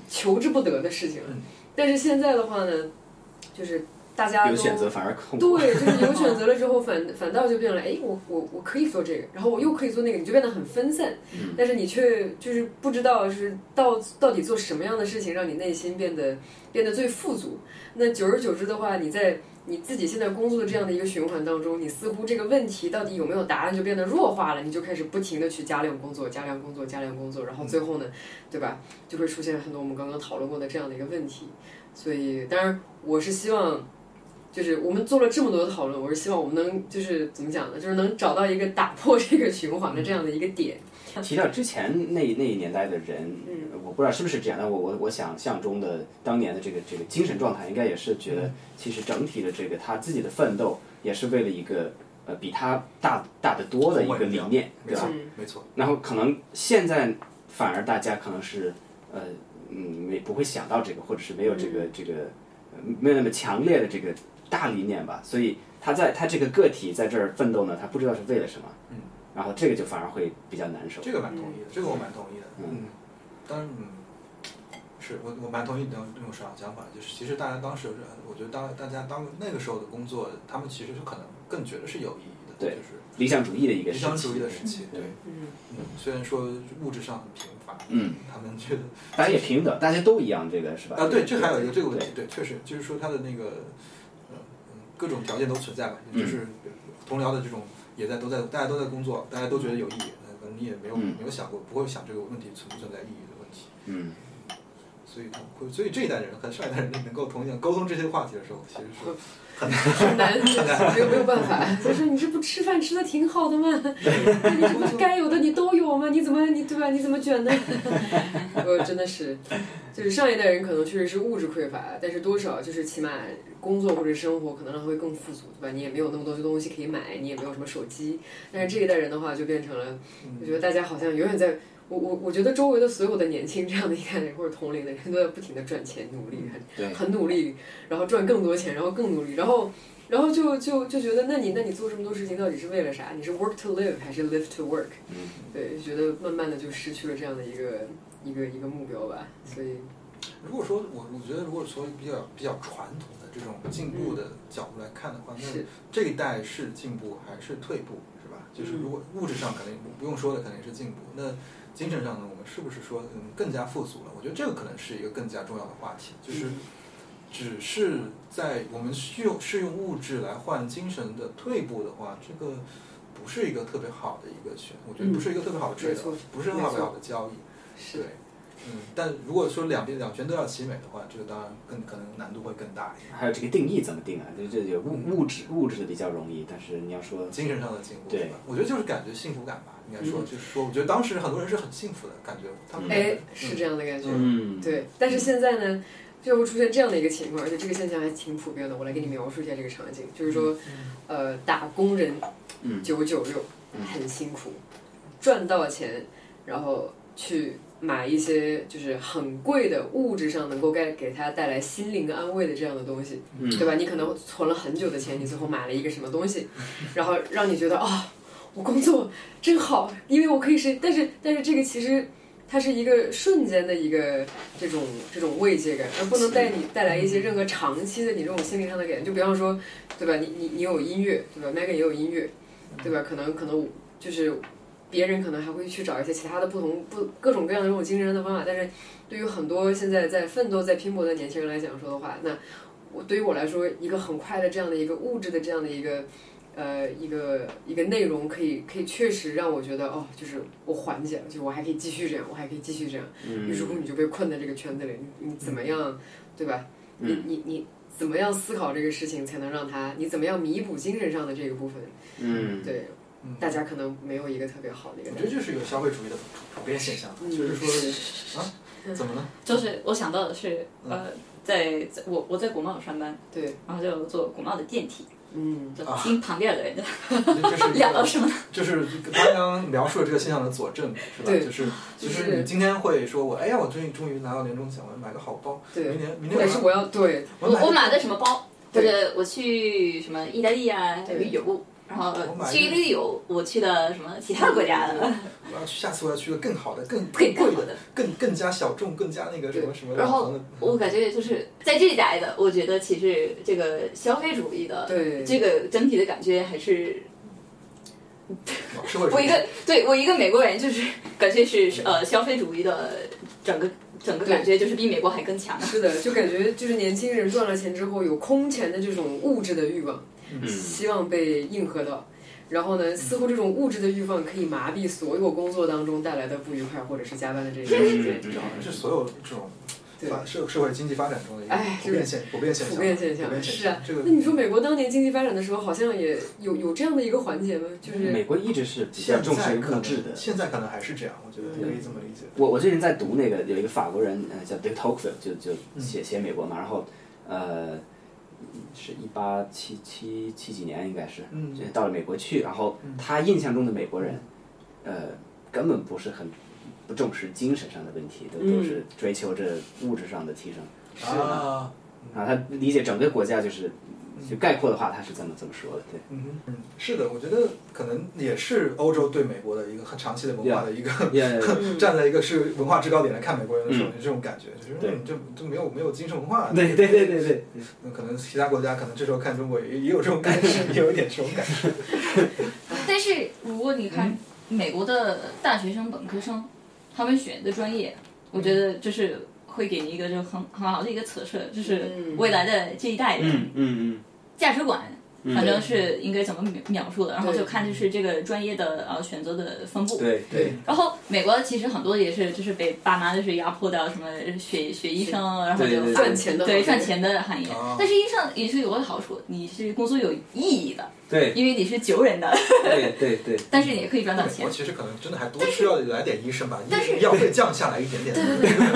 [SPEAKER 1] 求之不得的事情了
[SPEAKER 2] 嗯。
[SPEAKER 1] 但是现在的话呢，就是大家
[SPEAKER 3] 有
[SPEAKER 1] 都
[SPEAKER 3] 选择反而痛苦。
[SPEAKER 1] 对，就是有选择了之后，反反倒就变了，哎，我我我可以做这个，然后我又可以做那个，你就变得很分散，但是你却就是不知道是到到底做什么样的事情让你内心变得变得最富足。那久而久之的话，你在你自己现在工作的这样的一个循环当中，你似乎这个问题到底有没有答案就变得弱化了，你就开始不停的去加量工作、加量工作、加量工作，然后最后呢，对吧，就会出现很多我们刚刚讨论过的这样的一个问题。所以，当然我是希望。就是我们做了这么多的讨论，我是希望我们能就是怎么讲呢？就是能找到一个打破这个循环的这样的一个点。
[SPEAKER 4] 嗯
[SPEAKER 3] 提到之前那那一年代的人，我不知道是不是这样，但我我我想象中的当年的这个这个精神状态，应该也是觉得，其实整体的这个他自己的奋斗，也是为了一个呃比他大大得多的一个理念，
[SPEAKER 2] 没
[SPEAKER 3] 对
[SPEAKER 2] 错
[SPEAKER 3] 吧？
[SPEAKER 2] 没错，
[SPEAKER 3] 然后可能现在反而大家可能是呃嗯没不会想到这个，或者是没有这个、这个呃没有那么强烈的这个大理念吧，所以他在他这个个体在这儿奋斗呢，他不知道是为了什么，嗯，然后这个就反而会比较难受。
[SPEAKER 2] 这个蛮同意的，这个我蛮同意的，嗯，当然，嗯，是我我蛮同意你的这种想想法，就是其实大家当时，我觉得当大家当那个时候的工作，他们其实是可能更觉得是有意义的，
[SPEAKER 3] 对
[SPEAKER 2] 就是
[SPEAKER 3] 理想主义的一个
[SPEAKER 2] 理
[SPEAKER 3] 时期，
[SPEAKER 2] 想主义的时期，对，
[SPEAKER 1] 嗯，
[SPEAKER 2] 嗯，虽然说物质上很贫乏，
[SPEAKER 3] 嗯，
[SPEAKER 2] 他们觉得
[SPEAKER 3] 大家也平等，大家都一样，这个是吧？
[SPEAKER 2] 啊，对，这还有一个这个问题，对，确实就是说他的那个，呃，嗯各种条件都存在吧，
[SPEAKER 3] 嗯
[SPEAKER 2] 就是同僚的这种也在都在大家都在工作，大家都觉得有意义，呃可能你也没有、
[SPEAKER 3] 嗯
[SPEAKER 2] 没有想过，不会想这个问题存不存在意义的问题，
[SPEAKER 3] 嗯，
[SPEAKER 2] 所以会所以这一代人和上一代人能够同样沟通这些话题的时候，其实是
[SPEAKER 1] 很难，没有没有办法。就是你这不吃饭吃的挺好的吗？那你这不该有的你都有吗？你怎么你对吧？你怎么卷呢？ 我真的是，就是上一代人可能确实是物质匮乏，但是多少就是起码工作或者生活可能让他会更富足，对吧？你也没有那么多东西可以买，你也没有什么手机。但是这一代人的话，就变成了，我
[SPEAKER 2] 嗯
[SPEAKER 1] 觉得大家好像永远在。我我我觉得周围的所有的年轻这样的一代人或者同龄的人都在不停的赚钱努力，很
[SPEAKER 3] 对
[SPEAKER 1] 很努力，然后赚更多钱，然后更努力，然后然后就就就觉得，那你那你做这么多事情到底是为了啥？你是 work to live 还是 live to work？
[SPEAKER 3] 嗯，
[SPEAKER 1] 对，就觉得慢慢的就失去了这样的一个一个一个目标吧。所以，
[SPEAKER 2] 如果说我我觉得，如果从比较比较传统的这种进步的角度来看的话，
[SPEAKER 3] 嗯
[SPEAKER 2] 那
[SPEAKER 1] 是
[SPEAKER 2] 这一代是进步还是退步，是吧？就是
[SPEAKER 1] 嗯
[SPEAKER 2] 如果物质上肯定不用说的，肯定是进步。那精神上呢，我们是不是说嗯更加富足了？我觉得这个可能是一个更加重要的话题，就是
[SPEAKER 1] 嗯
[SPEAKER 2] 只是在我们是用是用物质来换精神的退步的话，这个不是一个特别好的一个选，我觉得不是一个特别好的
[SPEAKER 1] 嗯
[SPEAKER 2] trade，、
[SPEAKER 1] 没错
[SPEAKER 2] 不是很好
[SPEAKER 1] 没
[SPEAKER 2] 的
[SPEAKER 1] 错
[SPEAKER 2] 好的交易。
[SPEAKER 1] 是
[SPEAKER 2] 对，嗯，但如果说两边两全都要齐美的话，这个当然更可能难度会更大一些。
[SPEAKER 3] 还有这个定义怎么定啊？就这有物物质物质的比较容易，但是你要说
[SPEAKER 2] 嗯精神上的进步，
[SPEAKER 3] 对
[SPEAKER 2] 是吧？我觉得就是感觉幸福感吧，应该说、就是说，我觉得当时很多人是很幸福的感觉，嗯他们
[SPEAKER 1] 嗯哎，是这样的感觉。
[SPEAKER 3] 嗯，
[SPEAKER 1] 对，但是现在呢，就会出现这样的一个情况，而且这个现象还挺普遍的。我来给你描述一下这个场景，就是说，呃，打工人
[SPEAKER 3] 嗯
[SPEAKER 1] 九九六很辛苦，赚到钱，然后去买一些就是很贵的物质上能够给给他带来心灵安慰的这样的东西，
[SPEAKER 3] 嗯
[SPEAKER 1] 对吧？你可能存了很久的钱，你最后买了一个什么东西，然后让你觉得啊、我工作真好，因为我可以是，但是但是这个其实。它是一个瞬间的一个这种这种慰藉感，而不能带你带来一些任何长期的你这种心灵上的感觉。就比方说，对吧？你你你有音乐，对吧？Megan 也有音乐，对吧？可能可能就是别人可能还会去找一些其他的不同不各种各样的这种精神的方法，但是对于很多现在在奋斗在拼搏的年轻人来讲说的话，那我对于我来说，一个很快的这样的一个物质的这样的一个呃一个一个内容，可以可以确实让我觉得哦，就是我缓解了，就是我还可以继续这样，我还可以继续这样。
[SPEAKER 2] 嗯
[SPEAKER 3] 嗯
[SPEAKER 1] 于是乎你就被困在这个圈子里，你你怎么样，对吧？
[SPEAKER 2] 嗯
[SPEAKER 1] 你你你怎么样思考这个事情才能让它？你怎么样弥补精神上的这个部分？
[SPEAKER 3] 嗯，
[SPEAKER 1] 对，
[SPEAKER 2] 嗯
[SPEAKER 1] 大家可能没有一个特别好的一个
[SPEAKER 2] 我
[SPEAKER 1] 答
[SPEAKER 2] 觉
[SPEAKER 1] 案。
[SPEAKER 2] 得这是一个消费主义的普遍现象，
[SPEAKER 1] 嗯
[SPEAKER 2] 就是说啊，怎么了？
[SPEAKER 5] 就是我想到的是，呃，在在我我在国贸上班，
[SPEAKER 1] 对，
[SPEAKER 5] 然后就坐国贸的电梯，
[SPEAKER 1] 嗯，
[SPEAKER 5] 就
[SPEAKER 4] 啊
[SPEAKER 5] 听旁边的人
[SPEAKER 2] 这是一
[SPEAKER 5] 聊到
[SPEAKER 2] 个
[SPEAKER 5] 什么，
[SPEAKER 2] 就是刚刚描述的这个现象的佐证，是吧？
[SPEAKER 1] 对
[SPEAKER 2] 就是
[SPEAKER 1] 就
[SPEAKER 2] 就
[SPEAKER 1] 是
[SPEAKER 2] 你今天会说我哎呀，我最近终于拿到年终奖，我要买个好包，明
[SPEAKER 1] 对，
[SPEAKER 2] 年明年
[SPEAKER 1] 但是我要对
[SPEAKER 2] 我
[SPEAKER 4] 我 我
[SPEAKER 2] 买
[SPEAKER 4] 买的什么包，或者我去什么意大利啊
[SPEAKER 1] 对
[SPEAKER 4] 旅游，然后呃
[SPEAKER 2] 我买
[SPEAKER 4] 去
[SPEAKER 2] 一
[SPEAKER 4] 一
[SPEAKER 2] 个
[SPEAKER 4] 个旅游，我去的什么其他国家的，
[SPEAKER 2] 我要去下次我要去个更好的、更
[SPEAKER 4] 更
[SPEAKER 2] 更
[SPEAKER 4] 更
[SPEAKER 2] 贵
[SPEAKER 4] 好的
[SPEAKER 2] 的、更更加小众、更加那个什么
[SPEAKER 1] 对
[SPEAKER 2] 什么的。
[SPEAKER 4] 然后我感觉就是在这一代的，我觉得其实这个消费主义的
[SPEAKER 1] 对
[SPEAKER 4] 这个整体的感觉还是
[SPEAKER 2] 社会主
[SPEAKER 4] 我
[SPEAKER 2] 义
[SPEAKER 4] 一个对我一个美国人，就是感觉是是呃消费主义的整个整个感觉就是比美国还更强。
[SPEAKER 1] 是的，就感觉就是年轻人赚了钱之后有空前的这种物质的欲望，
[SPEAKER 3] 嗯
[SPEAKER 1] 希望被应和到。然后
[SPEAKER 2] 嗯
[SPEAKER 1] 呢，似乎这种物质的欲望可以麻痹所有工作当中带来的不愉快或者是加班的这一段时间。
[SPEAKER 2] 这好像是所有这种
[SPEAKER 1] 对
[SPEAKER 2] 发社社会经济发展中的一个
[SPEAKER 1] 哎
[SPEAKER 2] 普遍现普遍现象，
[SPEAKER 1] 普遍现
[SPEAKER 2] 普
[SPEAKER 1] 象
[SPEAKER 2] 遍
[SPEAKER 1] 是啊
[SPEAKER 2] 这个，
[SPEAKER 1] 那你说美国当年经济发展的时候，好像也有有这样的一个环节吗？就是
[SPEAKER 3] 美国一直是比较
[SPEAKER 2] 现
[SPEAKER 3] 重视
[SPEAKER 2] 在可
[SPEAKER 3] 物质
[SPEAKER 2] 能
[SPEAKER 3] 的。
[SPEAKER 2] 现在可能还是这样，我觉得可以这么理解。
[SPEAKER 3] 我我最近在读那个有一个法国人，呃，叫 Dick Tocqueville，就就写写美国嘛，然后呃，是一八七七七几年应该是，
[SPEAKER 2] 嗯
[SPEAKER 3] 就到了美国去，然后他印象中的美国人，呃，根本不是很不重视精神上的问题，都都是追求着物质上的提升。
[SPEAKER 2] 啊，
[SPEAKER 3] 啊，他理解整个国家就是，就概括的话，他是这么这么说的，对。
[SPEAKER 2] 嗯嗯，是的，我觉得可能也是欧洲对美国的一个很长期的文化的一个
[SPEAKER 3] Yeah, yeah, yeah.
[SPEAKER 2] 站在一个是文化制高点来看美国人的时候，
[SPEAKER 3] 嗯
[SPEAKER 2] 就这种感觉，就是
[SPEAKER 3] 对
[SPEAKER 2] 嗯，就就没有没有精神文化，
[SPEAKER 3] 对对对对对，
[SPEAKER 2] 那可能其他国家可能这时候看中国也也有这种感觉，也有一点这种感觉。
[SPEAKER 5] 但是如果你
[SPEAKER 4] 嗯
[SPEAKER 5] 看美国的大学生、本科生，他们选的专业，我觉
[SPEAKER 4] 嗯
[SPEAKER 5] 得就是会给你一个就很很好的一个测试，就是
[SPEAKER 1] 嗯
[SPEAKER 5] 未来的这一代人
[SPEAKER 3] 嗯嗯
[SPEAKER 5] 价值观。
[SPEAKER 3] 嗯，
[SPEAKER 5] 反正是应该怎么描描述的，然后
[SPEAKER 1] 对
[SPEAKER 5] 就看就是这个专业的呃选择的分布。
[SPEAKER 3] 对对，
[SPEAKER 5] 然后美国其实很多也是就是被爸妈就是压迫到什么学学医生，然后
[SPEAKER 3] 对对啊
[SPEAKER 5] 就
[SPEAKER 3] 对
[SPEAKER 1] 赚钱的行业
[SPEAKER 5] 对赚钱的行业
[SPEAKER 2] 哦。
[SPEAKER 5] 但是医生也是有个好处，你是工作有意义的，
[SPEAKER 3] 对
[SPEAKER 5] 因为你是救人的，
[SPEAKER 3] 对对 对，
[SPEAKER 5] 但是你也可以赚到
[SPEAKER 2] 美
[SPEAKER 5] 钱
[SPEAKER 2] 国。其实可能真的还多需要来点医生吧，医
[SPEAKER 5] 是
[SPEAKER 2] 药费降下来一点点，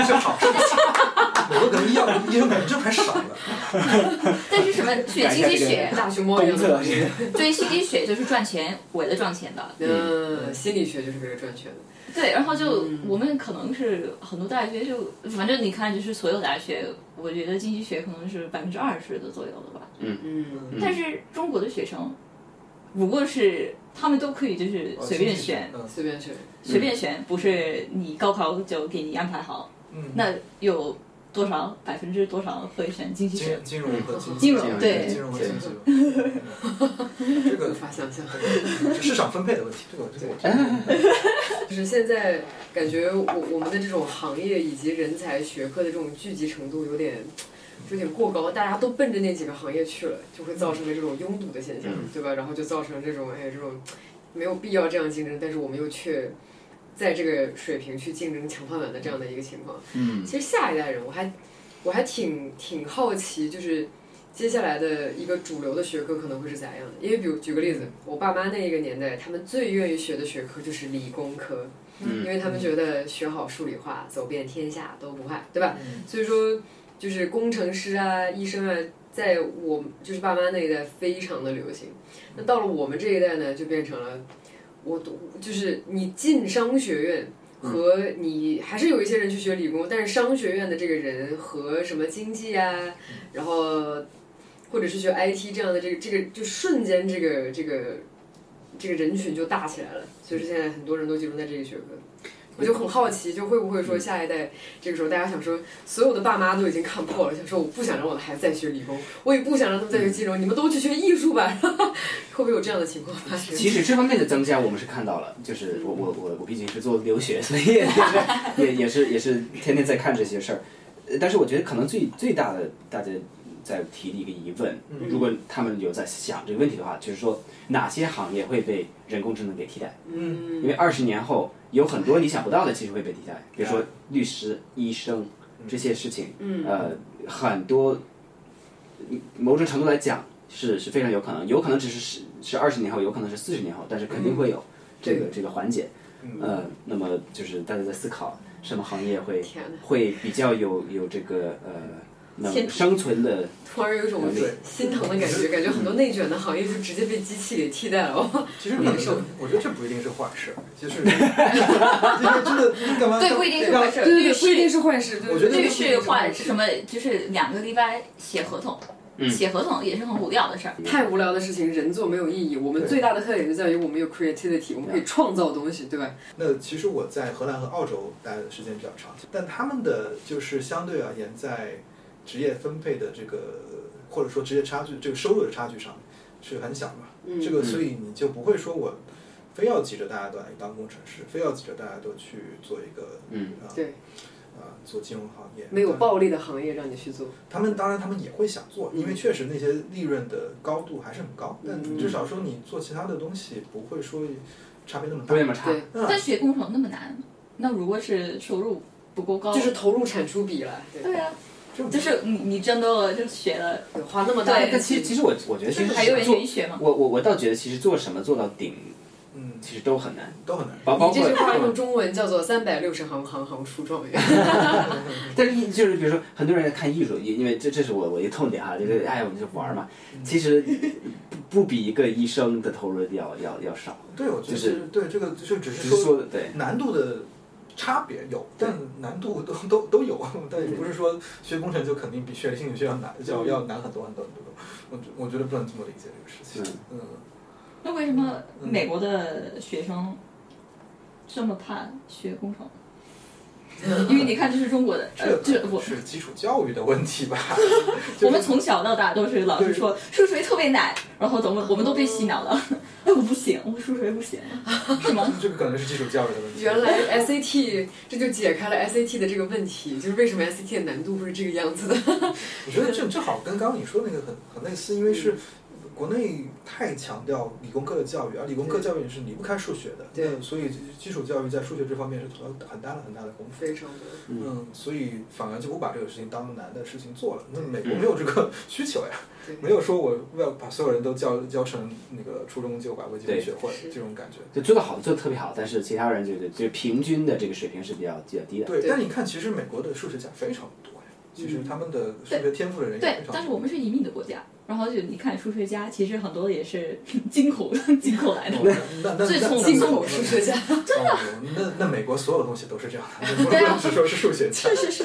[SPEAKER 2] 是好事。 美国可能医药医生感觉真还少了。
[SPEAKER 5] 但是什么学经济学，
[SPEAKER 1] 大熊猫一样的东西。
[SPEAKER 5] 对经济学就是赚钱，为了赚钱的。
[SPEAKER 1] 嗯，心理学就是为了赚钱的。
[SPEAKER 5] 对，然后就我们可能是很多大学就，反正你看就是所有大学，我觉得经济学可能是百分之二十的左右的吧。
[SPEAKER 1] 嗯
[SPEAKER 3] 嗯
[SPEAKER 5] 但是中国的学生，不过是他们都可以就是随便选，
[SPEAKER 2] 嗯
[SPEAKER 1] 随便选，
[SPEAKER 5] 随便选，不是你高考就给你安排好。
[SPEAKER 2] 嗯，
[SPEAKER 5] 那有多少百分之多少会选经济学
[SPEAKER 2] 金？金融和经济
[SPEAKER 5] 金
[SPEAKER 1] 融
[SPEAKER 5] 对
[SPEAKER 2] 金融和经济学，嗯这
[SPEAKER 1] 无
[SPEAKER 2] 个
[SPEAKER 1] 法想象。
[SPEAKER 2] 这市场分配的问题，这个这个我觉得
[SPEAKER 1] 就是现在感觉我我们的这种行业以及人才学科的这种聚集程度有点有点过高，大家都奔着那几个行业去了，就会造成了这种拥堵的现象，对吧？然后就造成这种哎这种没有必要这样竞争，但是我们又却在这个水平去竞争抢饭碗的这样的一个情况。
[SPEAKER 3] 嗯
[SPEAKER 1] 其实下一代人，我还我还挺挺好奇，就是接下来的一个主流的学科可能会是咋样的？因为比如举个例子，
[SPEAKER 3] 嗯
[SPEAKER 1] 我爸妈那一个年代，他们最愿意学的学科就是理工科，因
[SPEAKER 3] 嗯
[SPEAKER 1] 为他们觉得学好数理化，走遍天下都不怕，对吧？
[SPEAKER 2] 嗯
[SPEAKER 1] 所以说，就是工程师啊、医生啊，在我就是爸妈那一代非常的流行。那到了我们这一代呢，就变成了我读就是你进商学院。和你还是有一些人去学理工，但是商学院的这个人和什么经济啊，然后或者是学 IT 这样的这个这个，就瞬间这个这个这个人群就大起来了。所以说现在很多人都集中在这个学科，我就很好奇，就会不会说下一代这个时候大家想说，所有的爸妈都已经看破了，想说我不想让我的孩子再学理工，我也不想让他们再学金融，你们都去学艺术吧， 会不会有这样的情况发生？
[SPEAKER 3] 其实这方面的增加我们是看到了，就是我我我我毕竟是做留学，所以就是也也是也是天天在看这些事儿。呃但是我觉得可能最最大的大家在提的一个疑问，如果他们有在想这个问题的话，就是说哪些行业会被人工智能给替代？因为二十年后有很多你想不到的技术会被替代，比如说律师、医生这些事情，呃，很多某种程度来讲是是非常有可能，有可能只是是是二十年后，有可能是四十年后，但是肯定会有这个、这个环节。呃，那么就是大家在思考什么行业会
[SPEAKER 1] 天哪
[SPEAKER 3] 会比较有有这个呃
[SPEAKER 5] 先
[SPEAKER 3] 能生存的
[SPEAKER 1] 突然有一种
[SPEAKER 2] 对
[SPEAKER 1] 心疼的感觉，感觉很多内卷的行业就直接被机器给替代了。 哦
[SPEAKER 2] 其实可能是，我觉得这不一定是坏事，就是 因为真的干嘛？
[SPEAKER 5] 对，不一定是坏事。
[SPEAKER 1] 对对
[SPEAKER 5] 律
[SPEAKER 1] 对，不一定
[SPEAKER 5] 师，
[SPEAKER 1] 是坏事。对
[SPEAKER 2] 我觉得
[SPEAKER 1] 对
[SPEAKER 5] 律
[SPEAKER 1] 对
[SPEAKER 5] 师坏什么？就是两个礼拜写合同，写合同也是很无聊的事儿。
[SPEAKER 1] 太无聊的事情，人做没有意义。我们
[SPEAKER 2] 对
[SPEAKER 1] 最大的特点就在于我们有 creativity，我们可以创造东西，对吧？
[SPEAKER 2] 那其实我在荷兰和澳洲待的时间比较长，但他们的就是相对而言，在职业分配的这个或者说职业差距，这个收入的差距上是很小嘛。
[SPEAKER 1] 嗯
[SPEAKER 2] 这个所以你就不会说我非要急着大家都来当工程师，非要急着大家都去做一个
[SPEAKER 3] 嗯
[SPEAKER 2] 啊
[SPEAKER 1] 对，
[SPEAKER 2] 啊做金融行业，
[SPEAKER 1] 没有暴利的行业让你去做，
[SPEAKER 2] 他们当然他们也会想做，因为确实那些利润的高度还是很高，但
[SPEAKER 1] 嗯
[SPEAKER 2] 至少说你做其他的东西不会说差别那么
[SPEAKER 3] 不
[SPEAKER 2] 大
[SPEAKER 3] 会。那么差。
[SPEAKER 1] 对
[SPEAKER 2] 嗯
[SPEAKER 5] 但学工程那么难，那如果是收入不够高，
[SPEAKER 1] 就是投入产出比了，对
[SPEAKER 5] 对啊，
[SPEAKER 2] 这种
[SPEAKER 5] 就是你你挣多了就学了，
[SPEAKER 1] 对，花那么大
[SPEAKER 5] 对
[SPEAKER 1] 的
[SPEAKER 3] 但其实其实我我觉得其实
[SPEAKER 5] 还有人
[SPEAKER 3] 做
[SPEAKER 5] 愿意学吗？
[SPEAKER 3] 我我我倒觉得其实做什么做到顶
[SPEAKER 2] 嗯
[SPEAKER 3] 其实都很难，
[SPEAKER 2] 都很难。
[SPEAKER 3] 包包
[SPEAKER 1] 你这句话
[SPEAKER 3] 括
[SPEAKER 1] 用中文叫做“三百六十行，行行出状元
[SPEAKER 3] 但是艺就是比如说，很多人看艺术，因因为这这是我我一个痛点哈，
[SPEAKER 1] 嗯
[SPEAKER 3] 就是哎，我们就玩儿嘛。其实不不比一个医生的投入要要要少，
[SPEAKER 2] 对，我觉得
[SPEAKER 3] 就是
[SPEAKER 2] 对这个，就只
[SPEAKER 3] 只
[SPEAKER 2] 是
[SPEAKER 3] 是
[SPEAKER 2] 说
[SPEAKER 3] 说对，
[SPEAKER 2] 难度的差别有，但难度都都都有， 但也不是说学工程就肯定比学心理学要难，要要难很多很多很多。我觉我觉得不能这么理解这个事情。嗯，
[SPEAKER 5] 那为什么美国的学生这么怕学工程？因为你看，这是中国的，
[SPEAKER 2] 这
[SPEAKER 4] 哎
[SPEAKER 5] 呃，这
[SPEAKER 2] 个
[SPEAKER 5] 我
[SPEAKER 2] 是基础教育的问题吧？
[SPEAKER 5] 我们从小到大都是老师说数学特别难，然后等我我们都被洗脑了， 哎，我不行，我数学不行，是 吗？
[SPEAKER 2] 这个可能是基础教育的问”。题。
[SPEAKER 1] 原来 SAT 这就解开了 SAT 的这个问题，就是为什么 SAT 的难度会是这个样子的。
[SPEAKER 2] 我觉得这正好跟刚刚你说那个很很类似，因为是国内太强调理工科的教育，而理工科
[SPEAKER 1] 对
[SPEAKER 2] 教育是离不开数学的，
[SPEAKER 1] 对
[SPEAKER 2] 那所以基础教育在数学这方面是投了很大的很大的功夫。
[SPEAKER 1] 非常的，
[SPEAKER 2] 嗯，所以反而就不把这个事情当难的事情做了。那美国没有这个需求呀，
[SPEAKER 1] 对
[SPEAKER 2] 没有说我要把所有人都教教成那个初中就把微积分学会
[SPEAKER 1] 是
[SPEAKER 2] 这种感觉。
[SPEAKER 3] 就做得好做得特别好，但是其他人就就就平均的这个水平是比较比较低的。
[SPEAKER 2] 对，
[SPEAKER 1] 对
[SPEAKER 2] 但你看，其实美国的数学家非常多呀，其实他们的数学天赋的人也
[SPEAKER 5] 嗯对
[SPEAKER 2] 非，常
[SPEAKER 5] 但是
[SPEAKER 2] 多。
[SPEAKER 5] 我们 是移民的国家，然后就你看数学家，其实很多也是 进口进口来的。
[SPEAKER 2] 哦那那
[SPEAKER 5] 最
[SPEAKER 2] 那
[SPEAKER 5] 从
[SPEAKER 2] 那哦
[SPEAKER 1] 进口数学家，
[SPEAKER 2] 真 的，那那美国所有东西都是这样的，不能只说是数学家。
[SPEAKER 5] 是是，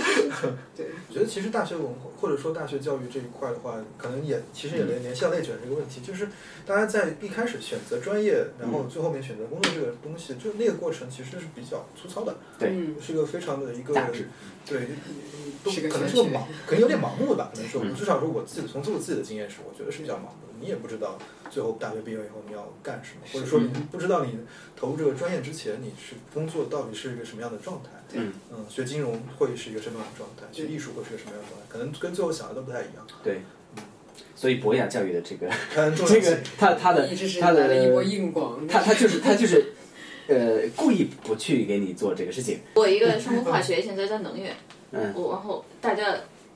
[SPEAKER 1] 对，
[SPEAKER 2] 觉得其实大学文化或者说大学教育这一块的话，可能也其实也联联系到内卷这个问题，就是大家在一开始选择专业，然后最后面选择工作这个东西，就那个过程其实是比较粗糙的，
[SPEAKER 1] 嗯，
[SPEAKER 2] 是一个非常的一个
[SPEAKER 3] 大致
[SPEAKER 2] 对，嗯都
[SPEAKER 1] 是个
[SPEAKER 2] 可能是
[SPEAKER 1] 玄
[SPEAKER 2] 个
[SPEAKER 1] 学
[SPEAKER 2] 盲，可能有点盲目吧，可能是我
[SPEAKER 3] 嗯
[SPEAKER 2] 至少说我自己从我自己的经验是，我觉得是比较盲目的，你也不知道最后大学毕业以后你要干什么，或者说你不知道你投入这个专业之前你是工作到底是一个什么样的状态，
[SPEAKER 3] 嗯
[SPEAKER 2] 嗯，学金融会是一个什么样的状态，学艺术会是个什么样的状态，可能跟最后想的都不太 一样，
[SPEAKER 3] 对，所以博雅教育的这个
[SPEAKER 2] 看重要
[SPEAKER 3] 这
[SPEAKER 2] 性
[SPEAKER 3] 个他他的
[SPEAKER 1] 你这是
[SPEAKER 3] 他
[SPEAKER 1] 来了一波
[SPEAKER 3] 的
[SPEAKER 1] 硬广，
[SPEAKER 3] 他他就是他就是呃故意不去给你做这个事情，
[SPEAKER 4] 我一个生物化学，现在在能源，
[SPEAKER 3] 嗯
[SPEAKER 4] 我然后大家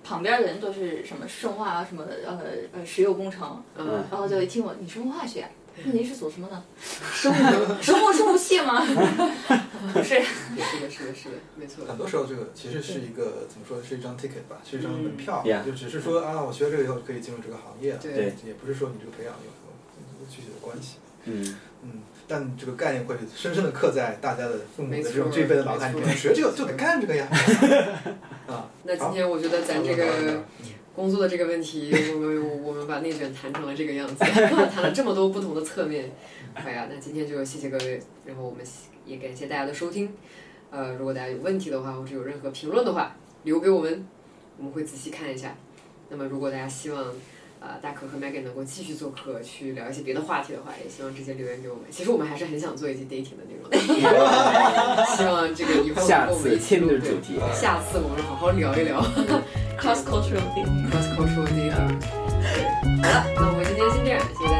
[SPEAKER 4] 旁边的人都是什么生化啊，什么呃呃石油工程，
[SPEAKER 1] 嗯，
[SPEAKER 4] 然后就一听我你生物化学、啊，那您是组什么呢？生物生物生物系吗？ 不是，
[SPEAKER 1] 是的，是的，是的，没错，
[SPEAKER 2] 很多时候，这个其实是一个怎么说，是一张 ticket 吧，是一张门票，
[SPEAKER 3] Yeah
[SPEAKER 2] 就只是说啊，我学了这个以后可以进入这个行业，
[SPEAKER 1] 嗯对
[SPEAKER 3] 对
[SPEAKER 2] 也不是说你这个培养有什么具体的关系。
[SPEAKER 3] 嗯
[SPEAKER 2] 嗯，但这个概念会深深的刻在大家的父母的
[SPEAKER 1] 没
[SPEAKER 2] 这种
[SPEAKER 1] 错
[SPEAKER 2] 这一辈的脑海里
[SPEAKER 1] 没
[SPEAKER 2] 面，
[SPEAKER 1] 错
[SPEAKER 2] 学这个就得干这个呀。啊，
[SPEAKER 1] 那今天我觉得咱这
[SPEAKER 2] 好差不多到儿
[SPEAKER 1] 个工作的这个问 题，我们我我们把内卷谈成了这个样子，谈了这么多不同的侧面。哎呀，那今天就谢谢各位，然后我们也感谢大家的收听。呃，如果大家有问题的话，或者有任何评论的话，留给我们，我们会仔细看一下。那么，如果大家希望啊、大可和 Megan 能够继续做客，去聊一些别的话题的话，也希望这些留言给我们。其实我们还是很想做一期 dating 的内容的，希望这个以后能
[SPEAKER 3] 下
[SPEAKER 1] 够我们
[SPEAKER 3] 次
[SPEAKER 1] 一起
[SPEAKER 3] 千
[SPEAKER 1] 录
[SPEAKER 3] 论
[SPEAKER 1] 对
[SPEAKER 3] 主题，
[SPEAKER 1] 下次我们好好聊一聊
[SPEAKER 4] cross cultural thing。
[SPEAKER 1] cross cultural dating。好了，那我们今天先这样，谢谢大家。